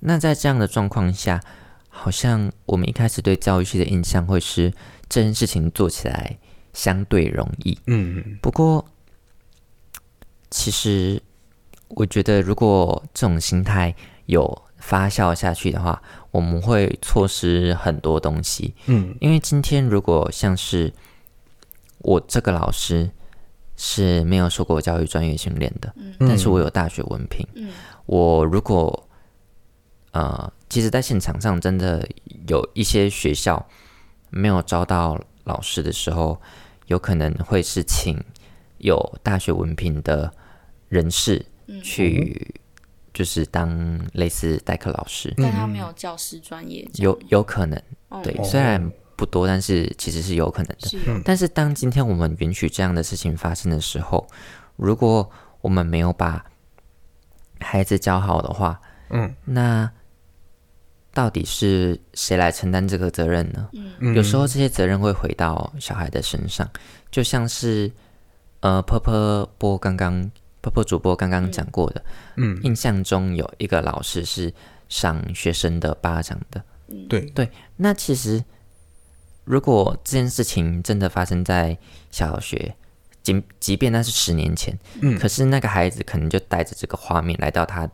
[SPEAKER 3] 那在这样的状况下，好像我们一开始对教育系的印象会是这件事情做起来相对容易。
[SPEAKER 4] 嗯
[SPEAKER 3] 不过，其实我觉得，如果这种心态有发酵下去的话，我们会错失很多东西。
[SPEAKER 4] 嗯
[SPEAKER 3] 因为今天如果像是我这个老师是没有受过教育专业训
[SPEAKER 4] 嗯
[SPEAKER 3] 练的，但是我有大学文凭，
[SPEAKER 1] 嗯
[SPEAKER 3] 我如果呃其实在现场上真的有一些学校没有招到老师的时候，有可能会是请有大学文凭的人士去，就是当类似代课老师，
[SPEAKER 1] 但他没有教师专业这样，
[SPEAKER 3] 有有可能，
[SPEAKER 1] 嗯
[SPEAKER 3] 对，虽然不多，但是其实是有可能的。
[SPEAKER 1] 是有
[SPEAKER 3] 但是当今天我们允许这样的事情发生的时候，如果我们没有把孩子教好的话，
[SPEAKER 4] 嗯，
[SPEAKER 3] 那到底是谁来承担这个责任呢？
[SPEAKER 4] 嗯
[SPEAKER 3] 有时候这些责任会回到小孩的身上，就像是呃，婆婆播刚刚婆婆主播刚刚讲过的，
[SPEAKER 4] 嗯，
[SPEAKER 3] 印象中有一个老师是赏学生的巴掌的，
[SPEAKER 4] 嗯对，
[SPEAKER 3] 那其实，如果这件事情真的发生在小学，即即便那是十年前，
[SPEAKER 4] 嗯
[SPEAKER 3] 可是那个孩子可能就带着这个画面来到他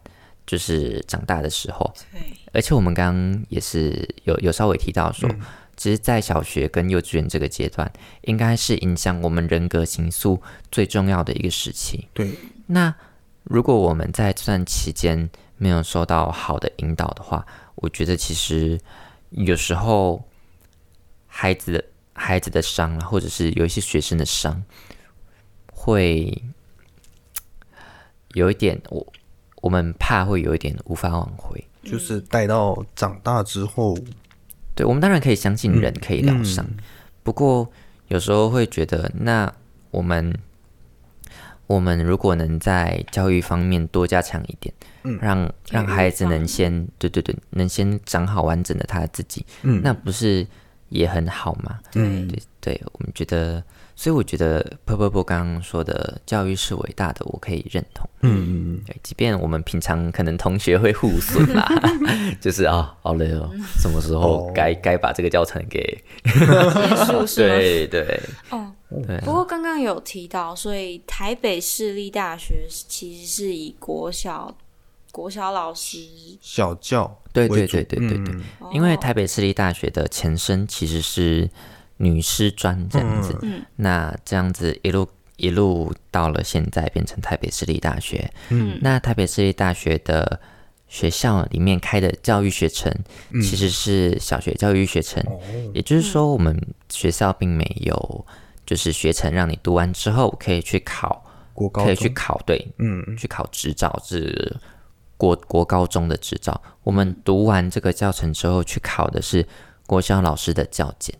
[SPEAKER 3] 就是长大的时候，
[SPEAKER 1] 对，
[SPEAKER 3] 而且我们刚刚也是有有稍微提到说，其实，在小学跟幼稚园这个阶段，应该是影响我们人格形塑最重要的一个时期。
[SPEAKER 4] 对，
[SPEAKER 3] 那如果我们在这段期间没有受到好的引导的话，我觉得其实有时候孩子的孩子的伤啊，或者是有一些学生的伤，会有一点我我们怕会有一点无法挽回。
[SPEAKER 4] 就是带到长大之后，
[SPEAKER 3] 对，我们当然可以相
[SPEAKER 4] 嗯
[SPEAKER 3] 信人可以疗伤，不过有时候会觉得，那我们我们如果能在教育方面多加强一点，
[SPEAKER 4] 嗯
[SPEAKER 3] 让让孩子能先对对对，能先长好完整的他自己，
[SPEAKER 4] 嗯
[SPEAKER 3] 那不是也很好吗？
[SPEAKER 1] 嗯
[SPEAKER 3] 对对，我们觉得，所以我觉得 p u r p l e b o 刚刚说的教育是伟大的，我可以认同。
[SPEAKER 4] 嗯嗯
[SPEAKER 3] 对，即便我们平常可能同学会互损啦， 就是啊，好累哦，什么时候该该把这个教程给
[SPEAKER 1] 结束是吗？
[SPEAKER 3] 对对
[SPEAKER 1] 哦，
[SPEAKER 3] 对啊
[SPEAKER 1] 不过刚刚有提到，所以台北市立大学其实是以国小国小老师
[SPEAKER 4] 小教
[SPEAKER 3] 对
[SPEAKER 4] 为
[SPEAKER 3] 对
[SPEAKER 4] 主
[SPEAKER 3] 对对对对
[SPEAKER 4] 嗯，
[SPEAKER 3] 因为
[SPEAKER 1] 哦
[SPEAKER 3] 台北市立大学的前身其实是女师专这样子，
[SPEAKER 1] 嗯
[SPEAKER 3] 那这样子一路一路到了现在变成台北市立大学，
[SPEAKER 1] 嗯
[SPEAKER 3] 那台北市立大学的学校里面开的教育学程，其实是小学教育学程，也就是说，我们学校并没有就是学程让你读完之后可以去考，
[SPEAKER 4] 国高
[SPEAKER 3] 可以去
[SPEAKER 4] 中，
[SPEAKER 3] 考对，
[SPEAKER 4] 嗯
[SPEAKER 3] 去考执照是国国高中的执照。我们读完这个教程之后去考的是国校老师的教检。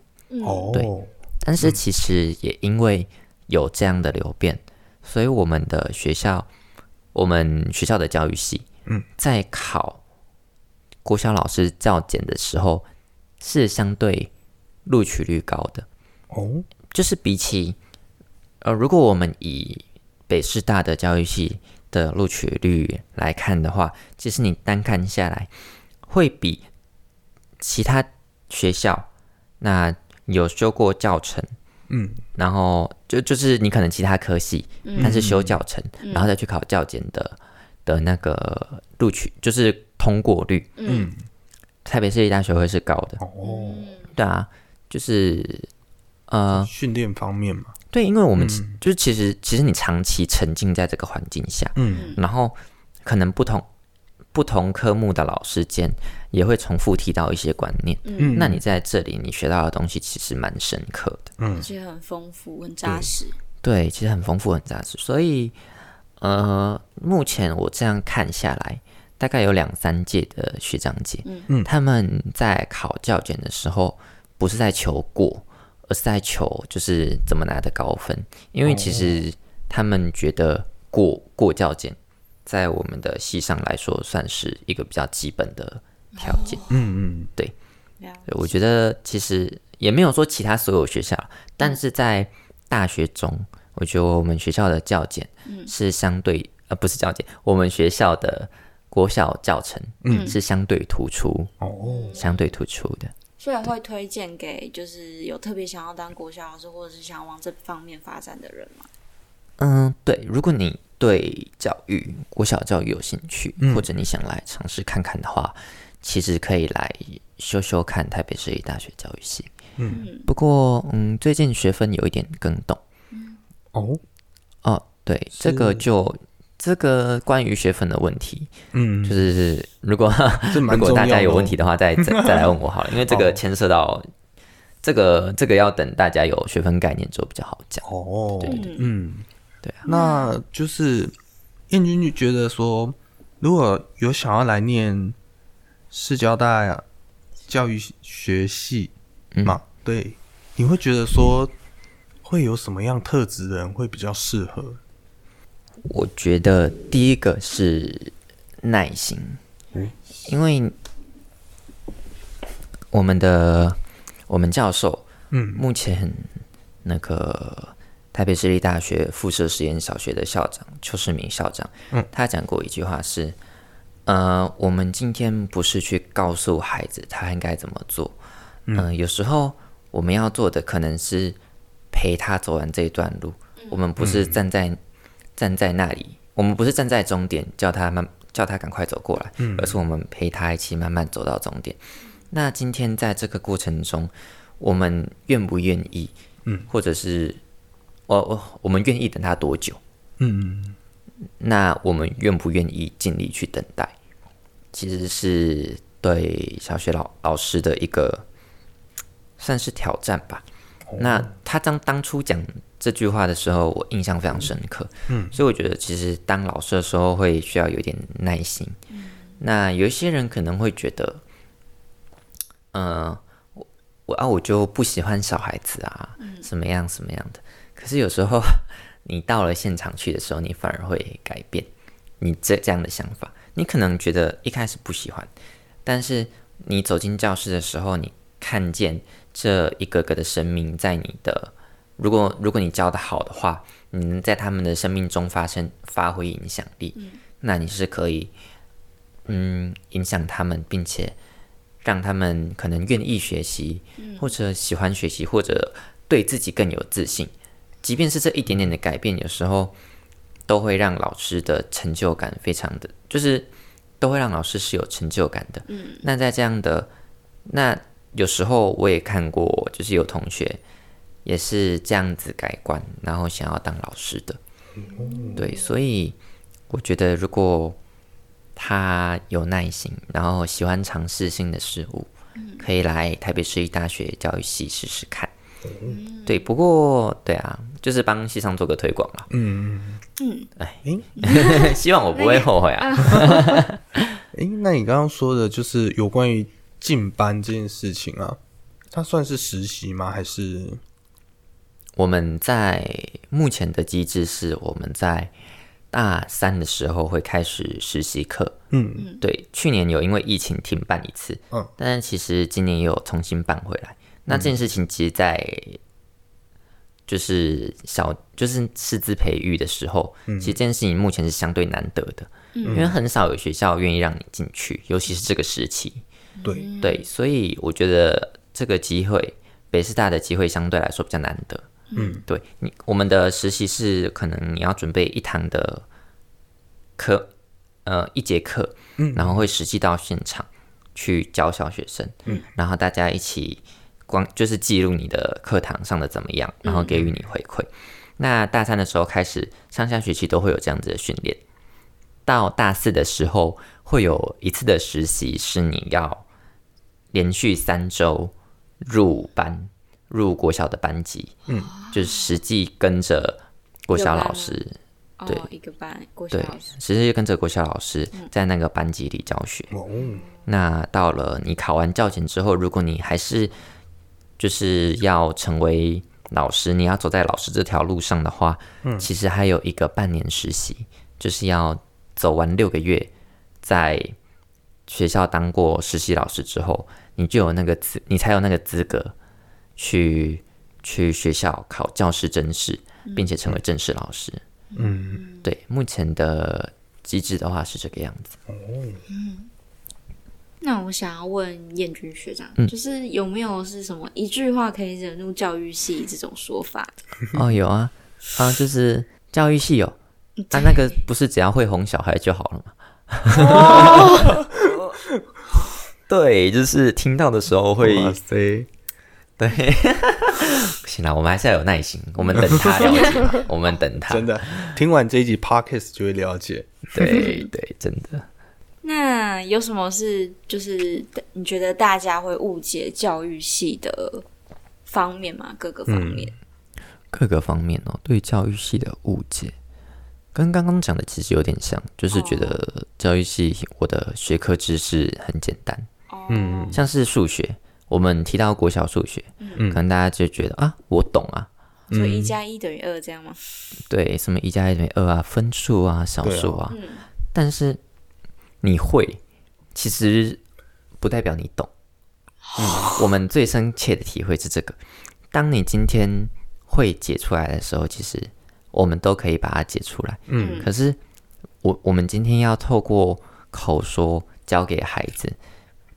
[SPEAKER 3] 对
[SPEAKER 4] 哦，
[SPEAKER 3] 但是其实也因为有这样的流变，所以我们的学校，我们学校的教育系，
[SPEAKER 4] 嗯，
[SPEAKER 3] 在考国小老师教检的时候，是相对录取率高的。
[SPEAKER 4] 哦，
[SPEAKER 3] 就是比起，呃，如果我们以北师大的教育系的录取率来看的话，其实你单看下来，会比其他学校那有修过教程，
[SPEAKER 4] 嗯，
[SPEAKER 3] 然后就就是你可能其他科系，但是修教程，然后再去考教检的的那个录取，就是通过率，
[SPEAKER 1] 嗯，
[SPEAKER 3] 特别是大学会是高的，
[SPEAKER 4] 哦，
[SPEAKER 3] 对啊，就是呃，
[SPEAKER 4] 训练方面嘛，
[SPEAKER 3] 对，因为我们其、
[SPEAKER 4] 嗯
[SPEAKER 3] 就是其实其实你长期沉浸在这个环境下，
[SPEAKER 4] 嗯，
[SPEAKER 3] 然后可能不同不同科目的老师间也会重复提到一些观念，
[SPEAKER 4] 嗯
[SPEAKER 3] 那你在这里你学到的东西其实蛮深刻的，
[SPEAKER 1] 而且很丰富，很扎实。
[SPEAKER 3] 对，其实很丰富很扎实，所以呃，目前我这样看下来。大概有两三届的学长姐，嗯，他们在考教检的时候，不是在求过，而是在求就是怎么拿的高分，因为其实他们觉得过过教检，在我们的系上来说算是一个比较基本的条件。
[SPEAKER 4] 嗯嗯，
[SPEAKER 1] 了解
[SPEAKER 3] 对我觉得其实也没有说其他所有学校，但是在大学中，我觉得我们学校的教检是相对、呃不是教检，我们学校的国小教程嗯是相对突出，
[SPEAKER 4] 哦，
[SPEAKER 3] 相对突出的。
[SPEAKER 1] 所以会推荐给就是有特别想要当国小老师，或者是想要往这方面发展的人嘛？
[SPEAKER 3] 嗯，对，如果你对教育、国小教育有兴趣，或者你想来尝试看看的话，其实可以来修修看台北市立大学教育系。嗯，不过嗯，最近学分有一点更动
[SPEAKER 4] 哦，
[SPEAKER 3] 哦，对，这个就这个关于学分的问题，
[SPEAKER 4] 嗯，
[SPEAKER 3] 就是如果
[SPEAKER 4] 这蛮
[SPEAKER 3] 嗯 如
[SPEAKER 4] 重
[SPEAKER 3] 果
[SPEAKER 4] 要的哦
[SPEAKER 3] 大家有问题的话，再再再来问我好了，因为这个牵涉到这个这个要等大家有学分概念之后比较好讲。
[SPEAKER 4] 哦，
[SPEAKER 1] 对
[SPEAKER 4] 嗯，
[SPEAKER 3] 对啊，
[SPEAKER 4] 那就是燕君就觉得说，如果有想要来念市交大教育学系
[SPEAKER 3] 嗯
[SPEAKER 4] 嘛，对，你会觉得说会有什么样特质的人会比较适合？
[SPEAKER 3] 我觉得第一个是耐心，
[SPEAKER 4] 嗯
[SPEAKER 3] 因为我们的我们教授
[SPEAKER 4] 嗯
[SPEAKER 3] 目前那个台北市立大学附设实验小学的校长邱世明校长，
[SPEAKER 4] 嗯
[SPEAKER 3] 他讲过一句话是：呃，我们今天不是去告诉孩子他应该怎么做，嗯、有时候我们要做的可能是陪他走完这一段路，我们不
[SPEAKER 4] 嗯
[SPEAKER 3] 是站在、站在那里，我们不是站在终点叫他慢叫他赶快走过来，
[SPEAKER 4] 嗯
[SPEAKER 3] 而是我们陪他一起慢慢走到终点。那今天在这个过程中，我们愿不愿意，嗯，或者是我我我们愿意等他多久？
[SPEAKER 4] 嗯
[SPEAKER 3] 那我们愿不愿意尽力去等待？其实是对小学老老师的一个算是挑战吧。
[SPEAKER 4] 哦
[SPEAKER 3] 那他当当初讲这句话的时候，我印象非常深刻。嗯，所以我觉得其实当老师的时候会需要有点耐心。那有一些人可能会觉得，呃，我我啊我就不喜欢小孩子啊，什么样什么样的。可是有时候 你到了现场去的时候，你反而会改变你这这样的想法。你可能觉得一开始不喜欢，但是你走进教室的时候，你看见这一个个的生命在你的，如果如果你教的好的话，你能嗯在他们的生命中发生发挥影响力，那你是可以嗯影响他们，并且让他们可能愿意学习，或者喜欢学习，或者对自己更有自信。即便是这一点点的改变，有时候都会让老师的成就感非常的，就是都会让老师是有成就感的。嗯，那在这样的，那有时候我也看过，就是有同学也是这样子改观，然后想要当老师的。对，所以我觉得如果他有耐心，然后喜欢尝试新的事物，可以来台北市立大学教育系试试看。对，不过对啊，就是帮西上做个推广啦。哎
[SPEAKER 4] 嗯，哎
[SPEAKER 3] 希望我不会后悔啊。
[SPEAKER 4] 诶、那你刚刚说的就是有关于进班这件事情啊，它算是实习吗？还是
[SPEAKER 3] 我们在目前的机制是，我们在大三的时候会开始实习课。
[SPEAKER 4] 嗯
[SPEAKER 3] 对，去年有因为疫情停办一次，
[SPEAKER 4] 嗯，
[SPEAKER 3] 但是其实今年也有重新办回来。那这件事情其实，在就是小就是师资培育的时候，
[SPEAKER 4] 嗯
[SPEAKER 3] 其实这件事情目前是相对难得的，因为很少有学校愿意让你进去，尤其是这个时期。
[SPEAKER 4] 对？
[SPEAKER 3] 对，所以我觉得这个机会，北师大的机会相对来说比较难得。
[SPEAKER 4] 嗯，
[SPEAKER 3] 对你，我们的实习是可能你要准备一堂的课，呃，一节课，嗯，然后会实际到现场去教小学生，嗯，然后大家一起光就是记录你的课堂上的怎么样，然后给予你回馈。那大三的时候开始，上下学期都会有这样子的训练。到大四的时候，会有一次的实习，是你要连续三周入班，入国小的班级，嗯，就是实际跟着国小老师，对
[SPEAKER 1] 哦，一个班国小
[SPEAKER 3] 对
[SPEAKER 1] 老师，
[SPEAKER 3] 实际就跟着国小老师在那个班级里教学。
[SPEAKER 4] 哦，
[SPEAKER 3] 那到了你考完教检之后，如果你还是就是要成为老师，你要走在老师这条路上的话，
[SPEAKER 4] 嗯
[SPEAKER 3] 其实还有一个半年实习，就是要走完六个月，在学校当过实习老师之后，你就有那个资，你才有那个资格去去学校考教师甄试，并且成为正式老师。
[SPEAKER 4] 嗯，
[SPEAKER 3] 对，目前的机制的话是这个样子。
[SPEAKER 1] 那我想要问燕君学长，
[SPEAKER 3] 嗯
[SPEAKER 1] 就是有没有是什么一句话可以忍入教育系这种说法？
[SPEAKER 3] 哦，有啊，啊，就是教育系有，啊，那个不是只要会哄小孩就好了吗？
[SPEAKER 4] 哦
[SPEAKER 3] 对，就是听到的时候会
[SPEAKER 4] 哇塞，
[SPEAKER 3] 对， 行了，我们还是要有耐心，我们等他了解，我们等他。
[SPEAKER 4] 真的，听完这一集 podcast 就会了解。
[SPEAKER 3] 对对，真的。
[SPEAKER 1] 那有什么是就是你觉得大家会误解教育系的方面吗？各个方
[SPEAKER 3] 嗯
[SPEAKER 1] 面？
[SPEAKER 3] 各个方面哦，对教育系的误解，跟刚刚讲的其实有点像，就是觉得教育系我的学科知识很简单，
[SPEAKER 1] 哦，
[SPEAKER 3] 像是数学，我们提到国小数学，可能大家就觉得啊，我懂啊，
[SPEAKER 1] 所以一加一等于二这样吗？
[SPEAKER 3] 对，什么一加一等于二啊，分数啊，小数啊，但是你会，其实不代表你懂。嗯我们最深切的体会是这个：当你今天会解出来的时候，其实我们都可以把它解出来。
[SPEAKER 1] 嗯
[SPEAKER 3] 可是我我们今天要透过口说教给孩子，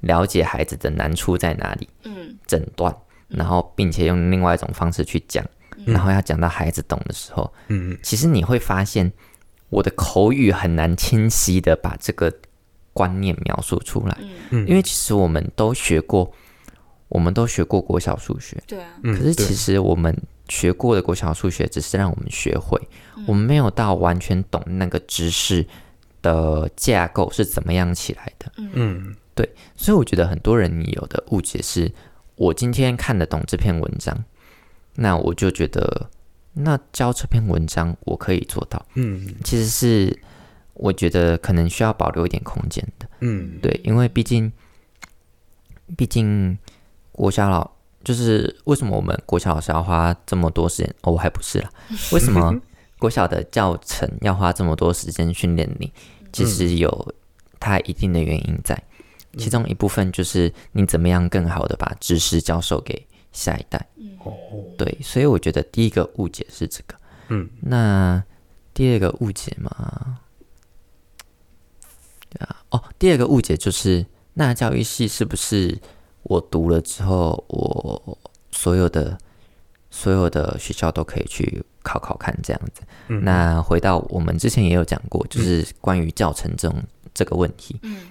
[SPEAKER 3] 了解孩子的难处在哪里，
[SPEAKER 1] 嗯，
[SPEAKER 3] 诊断，然后并且用另外一种方式去讲，然后要讲到孩子懂的时候，
[SPEAKER 4] 嗯，
[SPEAKER 3] 其实你会发现我的口语很难清晰的把这个观念描述出来，
[SPEAKER 4] 嗯
[SPEAKER 3] 因为其实我们都学过，我们都学过国小数学，
[SPEAKER 1] 对啊，
[SPEAKER 4] 嗯
[SPEAKER 3] 可是
[SPEAKER 4] 对
[SPEAKER 3] 其实我们学过的国小数学只是让我们学会，
[SPEAKER 4] 嗯
[SPEAKER 3] 我们没有到完全懂那个知识的架构是怎么样起来的。
[SPEAKER 4] 嗯
[SPEAKER 3] 所以我觉得很多人有的误解是，我今天看得懂这篇文章，那我就觉得那教这篇文章我可以做到，
[SPEAKER 4] 嗯
[SPEAKER 3] 其实是我觉得可能需要保留一点空间的。
[SPEAKER 4] 嗯
[SPEAKER 3] 对，因为毕竟，毕竟国小老就是为什么我们国小老师要花这么多时间？哦，我还不是啦，为 什么国小的教程要花这么多时间训练你？其实有它一定的原因在，其中一部分就是你怎么样更好的把知识教授给下一代。
[SPEAKER 4] 哦，
[SPEAKER 3] 对，所以我觉得第一个误解是这个。
[SPEAKER 4] 嗯，
[SPEAKER 3] 那第二个误解嘛，对啊，哦，第二个误解就是，那教育系是不是我读了之后，我所有的所有的学校都可以去考考看这样子？
[SPEAKER 4] 嗯
[SPEAKER 3] 那回到我们之前也有讲过，就是关于教程这种这个问题，
[SPEAKER 1] 嗯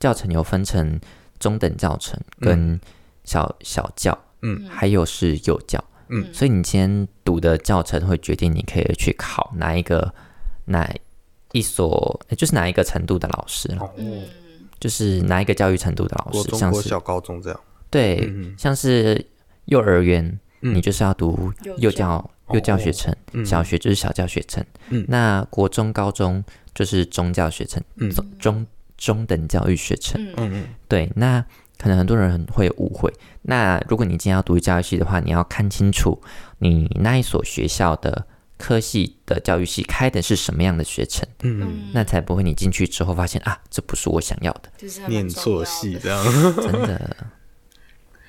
[SPEAKER 3] 教程有分成中等教程跟小、小教，
[SPEAKER 4] 嗯
[SPEAKER 3] 还有是幼教。
[SPEAKER 1] 嗯
[SPEAKER 3] 所以你今天读的教程会决定你可以去考哪一个哪一所，呃就是哪一个程度的老师了，
[SPEAKER 4] 哦，
[SPEAKER 1] 嗯
[SPEAKER 3] 就是哪一个教育程度的老
[SPEAKER 4] 国
[SPEAKER 3] 师，
[SPEAKER 4] 中、
[SPEAKER 3] 像
[SPEAKER 4] 国
[SPEAKER 3] 是
[SPEAKER 4] 小、高中这样。
[SPEAKER 3] 对，
[SPEAKER 4] 嗯
[SPEAKER 3] 像是幼儿园，
[SPEAKER 4] 嗯哦
[SPEAKER 3] 你就是要读
[SPEAKER 1] 幼
[SPEAKER 3] 幼
[SPEAKER 1] 教
[SPEAKER 3] 教幼教学程，小学就是小教学程，
[SPEAKER 4] 嗯
[SPEAKER 3] 那国中、高中就是中教学程，
[SPEAKER 4] 嗯
[SPEAKER 3] 中中中等教育学程，
[SPEAKER 1] 嗯
[SPEAKER 4] 嗯嗯
[SPEAKER 3] 对，那可能很多人会有误会。那如果你今天要读教育系的话，你要看清楚你那一所学校的科系的教育系开的是什么样的学程，
[SPEAKER 4] 嗯，
[SPEAKER 3] 那才不会你进去之后发现啊，这不是我想要的。
[SPEAKER 1] 就是还蛮
[SPEAKER 4] 念
[SPEAKER 1] 重要
[SPEAKER 4] 错
[SPEAKER 1] 的
[SPEAKER 4] 戏这 样。
[SPEAKER 3] 真 的，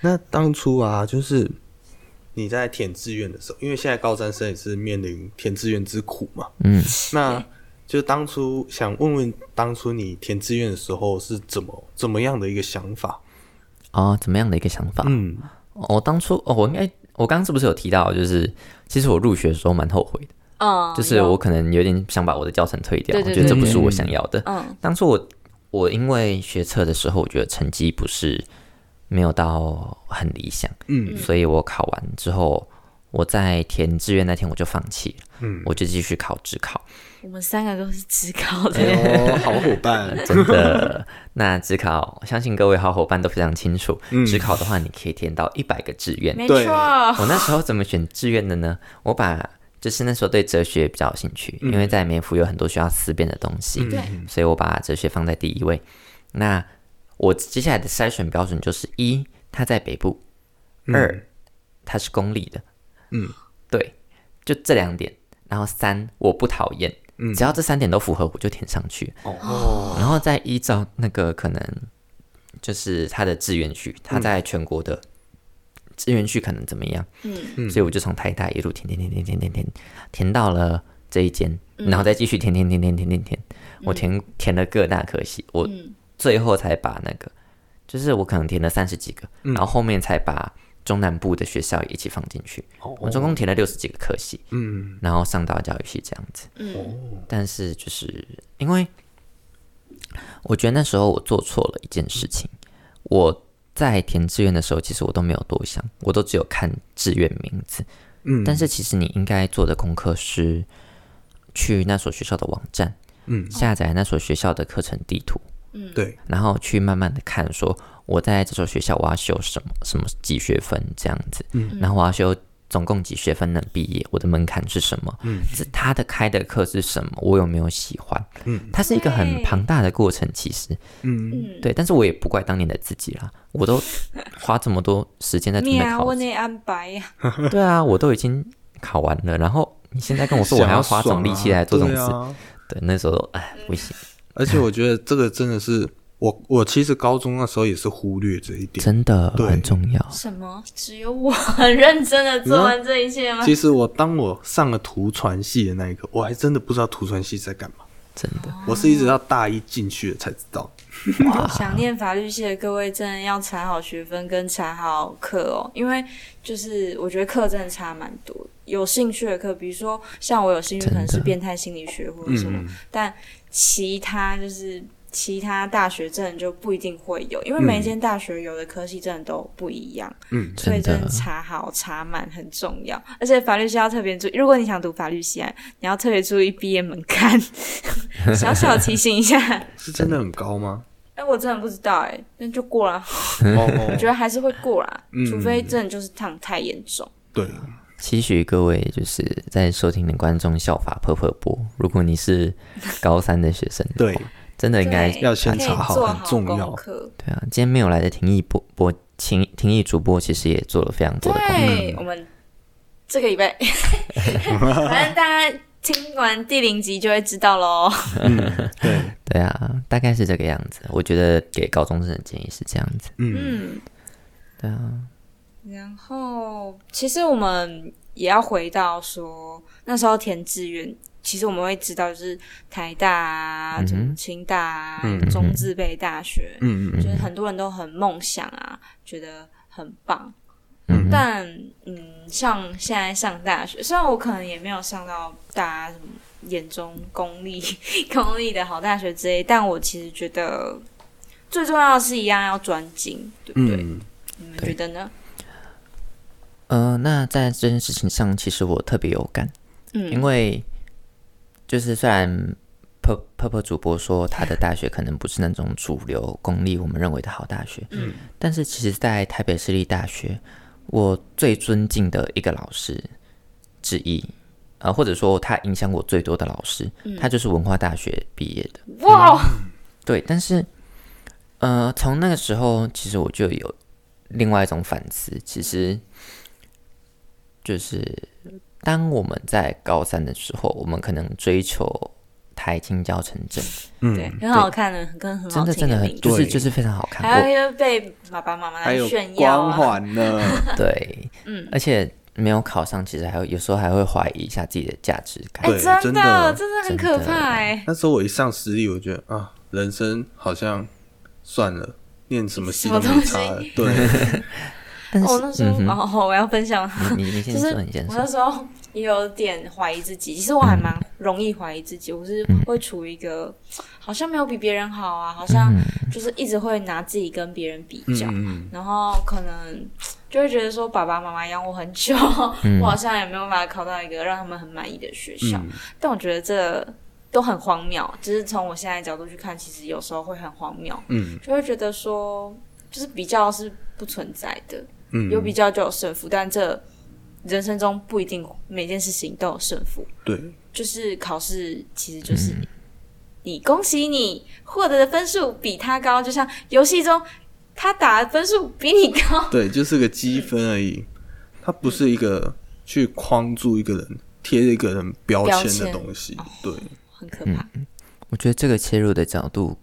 [SPEAKER 4] 那当初啊，就是你在填志愿的时候，因为现在高三生也是面临填志愿之苦嘛。
[SPEAKER 3] 嗯，
[SPEAKER 4] 那就当初想问问，当初你填志愿的时候是怎么怎么样的一个想法？
[SPEAKER 3] 哦，怎么样的一个想法？
[SPEAKER 4] 嗯
[SPEAKER 3] 哦我、当初哦，我应该我刚刚是不是有提到，就是其实我入学的时候蛮后悔的，
[SPEAKER 1] 嗯，
[SPEAKER 3] 就是
[SPEAKER 1] 有
[SPEAKER 3] 我可哦能有点想把我的教程退掉，
[SPEAKER 1] 对
[SPEAKER 3] 我
[SPEAKER 1] 对
[SPEAKER 3] 觉得这
[SPEAKER 1] 对
[SPEAKER 3] 不是
[SPEAKER 4] 对
[SPEAKER 3] 我想要的。
[SPEAKER 1] 嗯
[SPEAKER 3] 当初我我因为学测的时候，我觉得成绩不是没有到很理想，
[SPEAKER 4] 嗯
[SPEAKER 3] 所以我考完之后，我在填志愿那天我就放弃了，
[SPEAKER 4] 嗯，
[SPEAKER 3] 我就继续考职考，
[SPEAKER 1] 我们三个都是职高
[SPEAKER 3] 哎
[SPEAKER 1] 的，
[SPEAKER 4] 哦，好伙伴，
[SPEAKER 3] 真 的。那职考，相信各位好伙伴都非常清楚，
[SPEAKER 4] 嗯
[SPEAKER 3] 职考的话，你可以填到一百个志愿。
[SPEAKER 1] 没
[SPEAKER 4] 对
[SPEAKER 1] 错，
[SPEAKER 3] 我那时候怎么选志愿的呢？我把就是那时候对哲学比较有兴趣，
[SPEAKER 4] 嗯
[SPEAKER 3] 因为在美孚有很多需要思辨的东西，
[SPEAKER 1] 对
[SPEAKER 3] 所以我把哲学放在第一位。那我接下来的筛选标准就是：一，它在北部；二，它是公立的。
[SPEAKER 4] 嗯，
[SPEAKER 3] 对，就这两点。然后三，我不讨厌，
[SPEAKER 4] 嗯
[SPEAKER 3] 只要这三点都符合，我就填上去。
[SPEAKER 4] 哦，
[SPEAKER 3] 然后再依照那个可能就是他的志愿序，他在全国的志愿序可能怎么样，
[SPEAKER 1] 嗯
[SPEAKER 3] 所以我就从台大一路填填填填填填填，填到了这一间，然后再继续填填填填填填填，我填填了各大科系，我
[SPEAKER 1] 嗯
[SPEAKER 3] 最后才把那个，就是我可能填了三十几个，然后后面才把中南部的学校也一起放进去，
[SPEAKER 4] 哦
[SPEAKER 3] 我总共填了六十几个科系，
[SPEAKER 4] 嗯
[SPEAKER 3] 然后上到教育系这样子。
[SPEAKER 1] 嗯
[SPEAKER 3] 但是就是因为我觉得那时候我做错了一件事情，我在填志愿的时候，其实我都没有多想，我都只有看志愿名字。
[SPEAKER 4] 嗯，
[SPEAKER 3] 但是其实你应该做的功课是去那所学校的网站，
[SPEAKER 4] 嗯，
[SPEAKER 3] 下载那所学校的课程地图，
[SPEAKER 1] 嗯
[SPEAKER 4] 对，
[SPEAKER 3] 然后去慢慢的看，说我在这所学校我要修什么什么几学分这样子，嗯，然后我要修总共几学分能毕业，我的门槛是什么，嗯，这他的开的课是什么，我有没有喜欢，
[SPEAKER 4] 嗯，
[SPEAKER 3] 它是一个很
[SPEAKER 1] 对
[SPEAKER 3] 庞大的过程，其实，
[SPEAKER 4] 嗯，
[SPEAKER 3] 对，但是我也不怪当年的自己啦，我都花这么多时间在准
[SPEAKER 1] 你
[SPEAKER 3] 备
[SPEAKER 1] 啊，
[SPEAKER 3] 考
[SPEAKER 1] 我
[SPEAKER 3] 试，
[SPEAKER 1] 那安排呀，
[SPEAKER 3] 对啊，我都已经考完了，然后你现在跟我 说我还要花这种力气来做这种
[SPEAKER 4] 想
[SPEAKER 3] 事，
[SPEAKER 4] 要爽啊对啊
[SPEAKER 3] 对，那时候哎不行，
[SPEAKER 4] 而且我觉得这个真的是我，我其实高中那时候也是忽略这一点。
[SPEAKER 3] 啊真的
[SPEAKER 4] 对
[SPEAKER 3] 很重要，
[SPEAKER 1] 什么？只有我很认真的做
[SPEAKER 4] 嗯
[SPEAKER 1] 完这一切吗？
[SPEAKER 4] 其实我当我上了图传系的那一刻，我还真的不知道图传系在干嘛。
[SPEAKER 3] 真的，
[SPEAKER 1] 啊
[SPEAKER 4] 我是一直到大一进去了才知道。
[SPEAKER 1] 想念法律系的各位，真的要查好学分跟查好课哦，因为就是我觉得课真的差蛮多。有兴趣的课，比如说像我有兴趣可能是
[SPEAKER 3] 真的
[SPEAKER 1] 变态心理学或者什么，
[SPEAKER 4] 嗯，
[SPEAKER 1] 但其他就是其他大学真的就不一定会有，因为每一间大学有的科系真的都不一样，
[SPEAKER 4] 嗯
[SPEAKER 1] 所以嗯真
[SPEAKER 3] 真
[SPEAKER 1] 的
[SPEAKER 3] 的
[SPEAKER 1] 查好查满很重要。而且法律系要特别注意，如果你想读法律系啊，你要特别注意毕业门 槛，小小提醒一下。
[SPEAKER 4] 是真的很高 吗？
[SPEAKER 1] 哎、我真的不知道哎、那就过了，我觉
[SPEAKER 4] 哦，
[SPEAKER 1] 得还是会过啦，
[SPEAKER 4] 嗯
[SPEAKER 1] 除非真的就是烫太严重。
[SPEAKER 4] 对，，
[SPEAKER 3] 期许各位就是在收听的观众效法破破波。如果你是高三的学生
[SPEAKER 4] 对，
[SPEAKER 3] 真的应该
[SPEAKER 1] 对
[SPEAKER 4] 要先查
[SPEAKER 1] 可
[SPEAKER 4] 好
[SPEAKER 1] 以做
[SPEAKER 4] 很重要
[SPEAKER 1] 功课
[SPEAKER 3] 对啊。今天没有来的廷义波波廷廷义主播，其实也做了非常多的功课。
[SPEAKER 1] 对，我啊们这个礼 拜，反正大家听完第零集就会知道喽。
[SPEAKER 4] 嗯，对，
[SPEAKER 3] 对啊，大概是这个样子。我觉得给高中生的建议是这样子。
[SPEAKER 4] 嗯，
[SPEAKER 1] 嗯，
[SPEAKER 3] 对啊，
[SPEAKER 1] 然后其实我们也要回到说那时候填志愿。其实我们会知道，就是台大啊、
[SPEAKER 3] 嗯哼
[SPEAKER 1] 什么清大啊、
[SPEAKER 4] 嗯
[SPEAKER 1] 中自北大学，
[SPEAKER 4] 嗯嗯
[SPEAKER 1] 就是很多人都很梦想啊，觉得很棒。
[SPEAKER 3] 嗯哼，
[SPEAKER 1] 但嗯，像现在上大学，虽然我可能也没有上到大家什么眼中公 立公立的好大学之类，但我其实觉得最重要的是一样要专精，对不对？
[SPEAKER 4] 嗯，
[SPEAKER 1] 你们觉
[SPEAKER 3] 对
[SPEAKER 1] 得呢？
[SPEAKER 3] 呃，那在这件事情上，其实我特别有感，因
[SPEAKER 1] 嗯，
[SPEAKER 3] 为就是虽然。p u r p 主播说，他的大学可能不是那种主流公立我们认为的好大学，
[SPEAKER 1] 嗯，
[SPEAKER 3] 但是其实，在台北市立大学，我最尊敬的一个老师之一，呃，或者说他影响我最多的老师，
[SPEAKER 1] 嗯
[SPEAKER 3] 他就是文化大学毕业的。
[SPEAKER 1] 哇，
[SPEAKER 3] 对，但是，呃，从那个时候，其实我就有另外一种反思，其实就是当我们在高三的时候，我们可能追求台青教成正，
[SPEAKER 4] 嗯
[SPEAKER 1] 对，很好看的，跟很
[SPEAKER 3] 嗯真
[SPEAKER 1] 好
[SPEAKER 3] 的
[SPEAKER 1] 听
[SPEAKER 3] 真的
[SPEAKER 1] 名哎
[SPEAKER 3] 很，
[SPEAKER 1] 字，
[SPEAKER 3] 就是就是非常好看。我
[SPEAKER 1] 还要被爸爸妈妈
[SPEAKER 4] 还
[SPEAKER 1] 来
[SPEAKER 4] 有
[SPEAKER 1] 炫耀
[SPEAKER 4] 光
[SPEAKER 1] 啊，
[SPEAKER 4] 环呢，
[SPEAKER 3] 对，嗯，而且没有考上，其实还会有时候还会怀疑一下自己的价值感。
[SPEAKER 1] 哎，
[SPEAKER 4] 对
[SPEAKER 1] 真
[SPEAKER 4] 真的
[SPEAKER 1] 真的很
[SPEAKER 3] 真
[SPEAKER 1] 可
[SPEAKER 3] 的
[SPEAKER 1] 怕哎。
[SPEAKER 4] 那时候我一上私立，我觉得啊，人生好像算了，念什么系都没差了。对，
[SPEAKER 3] 但是，
[SPEAKER 1] 哦，那时候
[SPEAKER 3] 嗯哼
[SPEAKER 1] 哦，我要分享，
[SPEAKER 3] 你你你 先
[SPEAKER 1] 就是
[SPEAKER 3] 说，你先
[SPEAKER 1] 我
[SPEAKER 3] 说嗯
[SPEAKER 1] 那，时候也有点怀疑自己，其实我还蛮容易怀疑自己，我是会处于一个好像没有比别人好啊，好
[SPEAKER 3] 嗯
[SPEAKER 1] 像就是一直会拿自己跟别人比较，
[SPEAKER 4] 嗯
[SPEAKER 1] 然后可能就会觉得说爸爸妈妈养我很久，
[SPEAKER 3] 嗯
[SPEAKER 1] 我好像也没有办法考到一个让他们很满意的学校，
[SPEAKER 4] 嗯
[SPEAKER 1] 但我觉得这都很荒谬，就是从我现在的角度去看，其实有时候会很荒谬，
[SPEAKER 4] 嗯
[SPEAKER 1] 就会觉得说就是比较是不存在的，
[SPEAKER 4] 嗯，
[SPEAKER 1] 有比较就有胜负，但这人生中不一定每件事情都有胜负。
[SPEAKER 4] 对，
[SPEAKER 1] 就是考试，其实就是
[SPEAKER 3] 嗯
[SPEAKER 1] 你恭喜你获得的分数比他高，就像游戏中他打的分数比你高。
[SPEAKER 4] 对，就是个积分而已，它不是一个去框住一个人、贴一个人标签的东西。对，
[SPEAKER 1] 很可
[SPEAKER 3] 嗯
[SPEAKER 1] 怕，
[SPEAKER 3] 我觉得这个切入的角度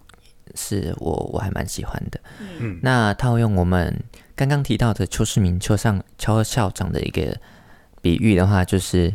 [SPEAKER 3] 是我我还蛮喜欢的。嗯，那套用我们刚刚提到的邱世明邱上邱校长的一个比喻的话，就是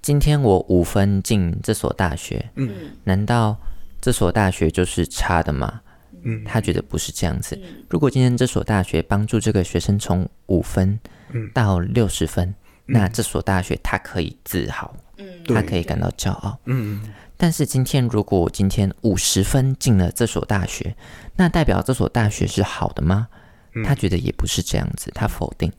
[SPEAKER 3] 今天我五分进这所大学，
[SPEAKER 4] 嗯
[SPEAKER 3] 难道这所大学就是差的吗？
[SPEAKER 4] 嗯
[SPEAKER 3] 他觉得不是这样子
[SPEAKER 1] 嗯。
[SPEAKER 3] 如果今天这所大学帮助这个学生从五分
[SPEAKER 4] 嗯
[SPEAKER 3] 到六十分，那这所大学他可以自豪，
[SPEAKER 1] 嗯，
[SPEAKER 4] 对
[SPEAKER 3] 他可以感到骄傲。
[SPEAKER 4] 嗯
[SPEAKER 3] 但是今天如果我今天五十分进了这所大学，那代表这所大学是好的吗？他觉得也不是这样子，他否定。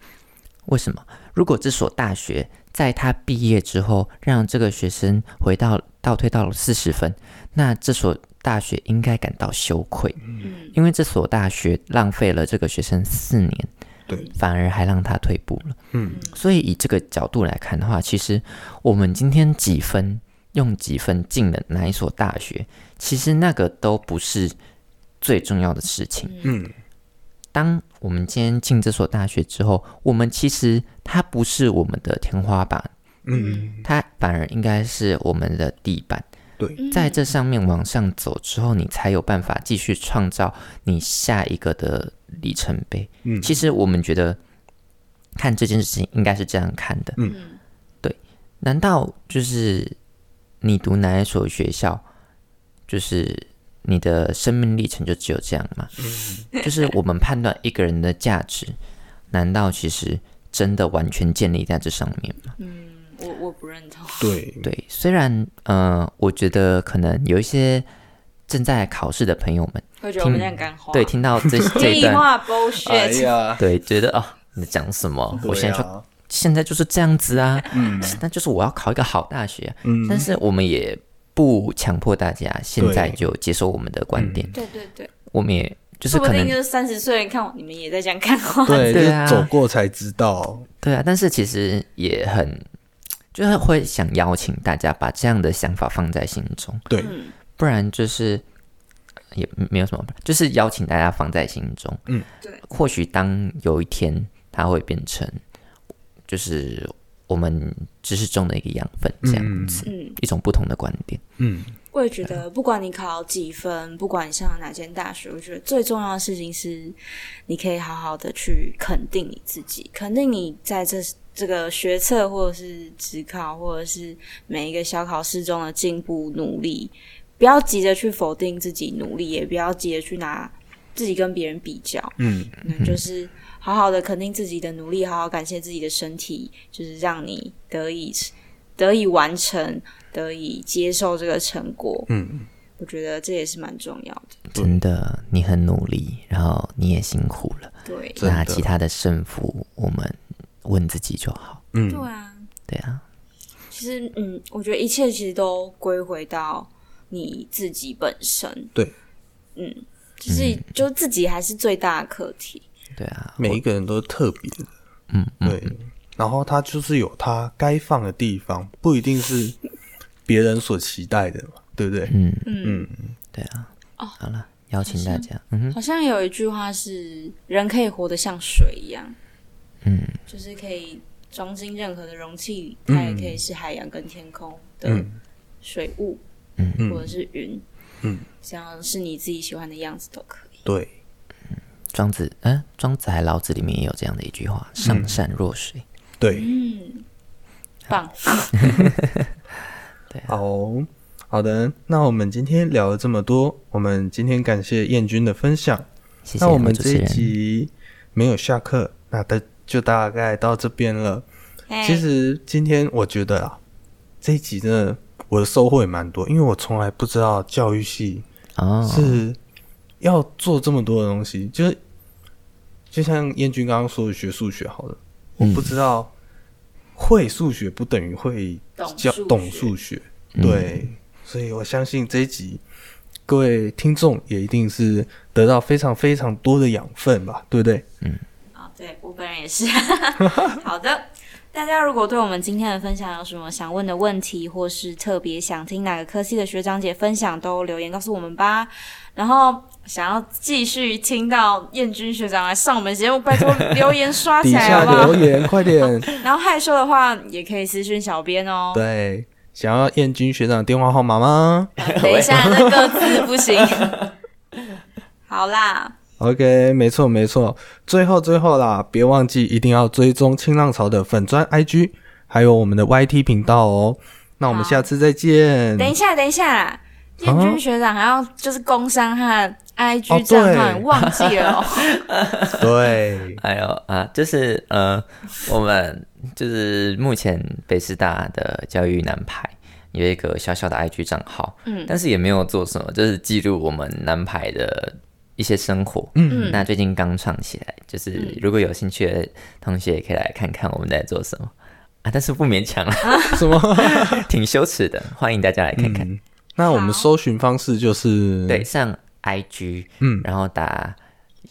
[SPEAKER 3] 为什么？如果这所大学在他毕业之后让这个学生回到倒退到了四十分，那这所大学应该感到羞愧，
[SPEAKER 1] 嗯
[SPEAKER 3] 因为这所大学浪费了这个学生四年，
[SPEAKER 4] 对，
[SPEAKER 3] 反而还让他退步了。
[SPEAKER 4] 嗯，
[SPEAKER 3] 所以以这个角度来看的话，其实我们今天几分用几分进了哪一所大学，其实那个都不是最重要的事情。
[SPEAKER 4] 嗯，
[SPEAKER 3] 当我们今天进这所大学之后，我们其实它不是我们的天花板，
[SPEAKER 4] 嗯，
[SPEAKER 3] 它反而应该是我们的地板。
[SPEAKER 1] 嗯
[SPEAKER 3] 在这上面往上走之后，你才有办法继续创造你下一个的里程碑。
[SPEAKER 4] 嗯
[SPEAKER 3] 其实我们觉得看这件事情应该是这样看的。
[SPEAKER 1] 嗯
[SPEAKER 3] 难道就是你读哪一所学校，就是你的生命历程就只有这样吗？就是我们判断一个人的价值，难道其实真的完全建立在这上面吗？
[SPEAKER 1] 嗯，我我不认同。
[SPEAKER 4] 对，
[SPEAKER 3] 对，虽然呃，我觉得可能有一些正在考试的朋友们，
[SPEAKER 1] 会觉得我们在干话，
[SPEAKER 3] 对，听到 这这一
[SPEAKER 1] 屁
[SPEAKER 3] 段，
[SPEAKER 1] 话
[SPEAKER 4] 哎
[SPEAKER 1] bullshit，
[SPEAKER 4] 啊
[SPEAKER 2] 呀，
[SPEAKER 3] 对，觉得哦，你在讲什么？我
[SPEAKER 1] 啊
[SPEAKER 3] 现在就
[SPEAKER 2] 说，
[SPEAKER 3] 现在就是这样子 啊，
[SPEAKER 4] 嗯
[SPEAKER 3] 那就是我要考一个好大学啊、
[SPEAKER 2] 嗯
[SPEAKER 3] 但是我们也不强迫大家现在
[SPEAKER 4] 对
[SPEAKER 3] 就接受我们的观点，
[SPEAKER 1] 对对对，
[SPEAKER 3] 我们也就
[SPEAKER 1] 嗯
[SPEAKER 3] 是
[SPEAKER 1] 说不
[SPEAKER 3] 可
[SPEAKER 1] 定
[SPEAKER 3] 能
[SPEAKER 1] 就是三十岁看我你们也在讲干话，嗯
[SPEAKER 4] 对，就
[SPEAKER 3] 对啊
[SPEAKER 4] 是走过才知道，
[SPEAKER 3] 对啊，但是其实也很就是会想邀请大家把这样的想法放在心中，
[SPEAKER 4] 对，
[SPEAKER 1] 嗯
[SPEAKER 3] 不然就是呃也没有什么，就是邀请大家放在心中。
[SPEAKER 4] 嗯，
[SPEAKER 1] 对。
[SPEAKER 3] 或许当有一天它会变成就是我们知识中的一个养分，这样子、
[SPEAKER 1] 嗯，
[SPEAKER 3] 一种不同的观点。
[SPEAKER 4] 嗯，
[SPEAKER 1] 我也觉得，不管你考几分，不管你上了哪间大学，我觉得最重要的事情是，你可以好好的去肯定你自己，肯定你在这这个学测或者是职考或者是每一个小考试中的进步努力，不要急着去否定自己努力，也不要急着去拿自己跟别人比较，
[SPEAKER 4] 嗯，
[SPEAKER 1] 那就是好好的肯定自己的努力，好好感谢自己的身体，就是让你得以得以完成，得以接受这个成果。
[SPEAKER 4] 嗯，
[SPEAKER 1] 我觉得这也是蛮重要的。
[SPEAKER 3] 真的，你很努力，然后你也辛苦了。
[SPEAKER 1] 对，
[SPEAKER 4] 真
[SPEAKER 3] 那
[SPEAKER 4] 的
[SPEAKER 3] 其他的胜负，我们问自己就好。
[SPEAKER 4] 嗯，
[SPEAKER 1] 对啊，
[SPEAKER 3] 对啊，
[SPEAKER 1] 其实嗯，我觉得一切其实都归回到你自己本身。
[SPEAKER 4] 对，
[SPEAKER 1] 嗯，就是、就自己还是最大的课题。
[SPEAKER 4] 嗯
[SPEAKER 3] 对啊，
[SPEAKER 4] 每一个人都是特别的，
[SPEAKER 3] 嗯，嗯
[SPEAKER 4] 对，然后他就是有他该放的地方，不一定是别人所期待的嘛，对不对？
[SPEAKER 3] 嗯，
[SPEAKER 1] 嗯
[SPEAKER 3] 对啊。好了，邀请大家，嗯哼，
[SPEAKER 1] 好像有一句话是“人可以活得像水一样”，
[SPEAKER 3] 嗯，
[SPEAKER 1] 就是可以装进任何的容器里，它也可以是海洋跟天空的
[SPEAKER 4] 嗯
[SPEAKER 1] 水雾，
[SPEAKER 3] 嗯
[SPEAKER 4] 嗯
[SPEAKER 1] 或者是云，
[SPEAKER 4] 嗯，
[SPEAKER 1] 只要是你自己喜欢的样子都可以。
[SPEAKER 4] 对，
[SPEAKER 3] 庄子，嗯、庄子还老子里面也有这样的一句
[SPEAKER 4] 嗯
[SPEAKER 3] 话：“上善若水。
[SPEAKER 4] 对，
[SPEAKER 1] 嗯，棒，
[SPEAKER 4] 好好的，那我们今天聊了这么多，我们今天感谢燕君的分享。
[SPEAKER 3] 谢谢
[SPEAKER 4] 那我们
[SPEAKER 3] 主
[SPEAKER 4] 这
[SPEAKER 3] 持
[SPEAKER 4] 一
[SPEAKER 3] 人，
[SPEAKER 4] 集没有下课，那大就大概到这边了。
[SPEAKER 1] 哎
[SPEAKER 4] 其实今天我觉得啊，这一集真的我的收获也蛮多，因为我从来不知道教育系
[SPEAKER 3] 哦，
[SPEAKER 4] 是要做这么多的东西，就是就像燕君刚刚说的学数学好了，我
[SPEAKER 3] 嗯
[SPEAKER 4] 不知道会数学不等于会
[SPEAKER 1] 哎懂
[SPEAKER 4] 教
[SPEAKER 1] 数
[SPEAKER 4] 懂
[SPEAKER 1] 学
[SPEAKER 4] 数学，对，所以我相信这一集各位听众也一定是得到非常非常多的养分吧，对不对？
[SPEAKER 1] 啊，对我本人也是。 好的，大家如果对我们今天的分享有什么想问的问题，或是特别想听哪个科系的学长姐分享，都留言告诉我们吧。然后想要继续听到燕君学长来上我们节目，拜托留言刷
[SPEAKER 4] 底
[SPEAKER 1] 起来好
[SPEAKER 4] 下
[SPEAKER 1] 不好
[SPEAKER 4] 留？ 言，快点！
[SPEAKER 1] 然后害羞的话也可以私讯小编哦。
[SPEAKER 4] 对，想要燕君学长的电话号码吗
[SPEAKER 1] 呃等一下那个字不行。 好啦，
[SPEAKER 4] ？OK，没错没错。最后最后啦，别忘记一定要追踪清浪潮的粉砖 IG，还有我们的 YT 频道哦。那我们
[SPEAKER 1] 好
[SPEAKER 4] 下次再见。
[SPEAKER 1] 等一下，等一下
[SPEAKER 4] 啊
[SPEAKER 1] 啦，燕君学长还要就是工商他的 IG
[SPEAKER 4] 哦
[SPEAKER 1] 账号，
[SPEAKER 4] 对
[SPEAKER 1] 你忘记了哦、
[SPEAKER 4] 对，
[SPEAKER 3] 还有啊，就是呃，我们就是目前北师大的教育男排有一个小小的 IG 账号，
[SPEAKER 1] 嗯
[SPEAKER 3] 但是也没有做什么，就是记录我们男排的一些生活。
[SPEAKER 1] 嗯
[SPEAKER 3] 那最近刚创起来，就是如果有兴趣的同学也可以来看看我们在做什么啊，但是不勉强了，啊
[SPEAKER 2] 什么？
[SPEAKER 3] 挺羞耻的，欢迎大家来看看。
[SPEAKER 4] 嗯，那我们搜寻方式就是
[SPEAKER 3] 对，，上 IG，
[SPEAKER 2] 嗯
[SPEAKER 3] 然后打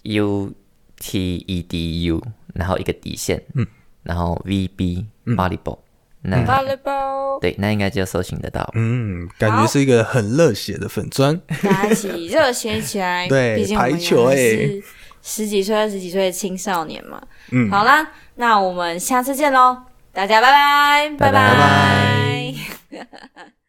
[SPEAKER 3] U T E D U，然后一个底线，嗯，然后 V B volleyball，、那、
[SPEAKER 1] 嗯 volleyball，
[SPEAKER 3] 对，那应该就搜寻得到。
[SPEAKER 4] 嗯，感觉是一个很热血的粉砖，
[SPEAKER 1] 大家一起热血起来。
[SPEAKER 4] 对
[SPEAKER 1] 毕竟我们
[SPEAKER 4] 排球
[SPEAKER 1] 还
[SPEAKER 4] 欸
[SPEAKER 1] 是十几岁、二十几岁的青少年嘛。嗯，好啦，那我们下次见喽，大家拜拜，
[SPEAKER 3] 拜拜
[SPEAKER 1] 拜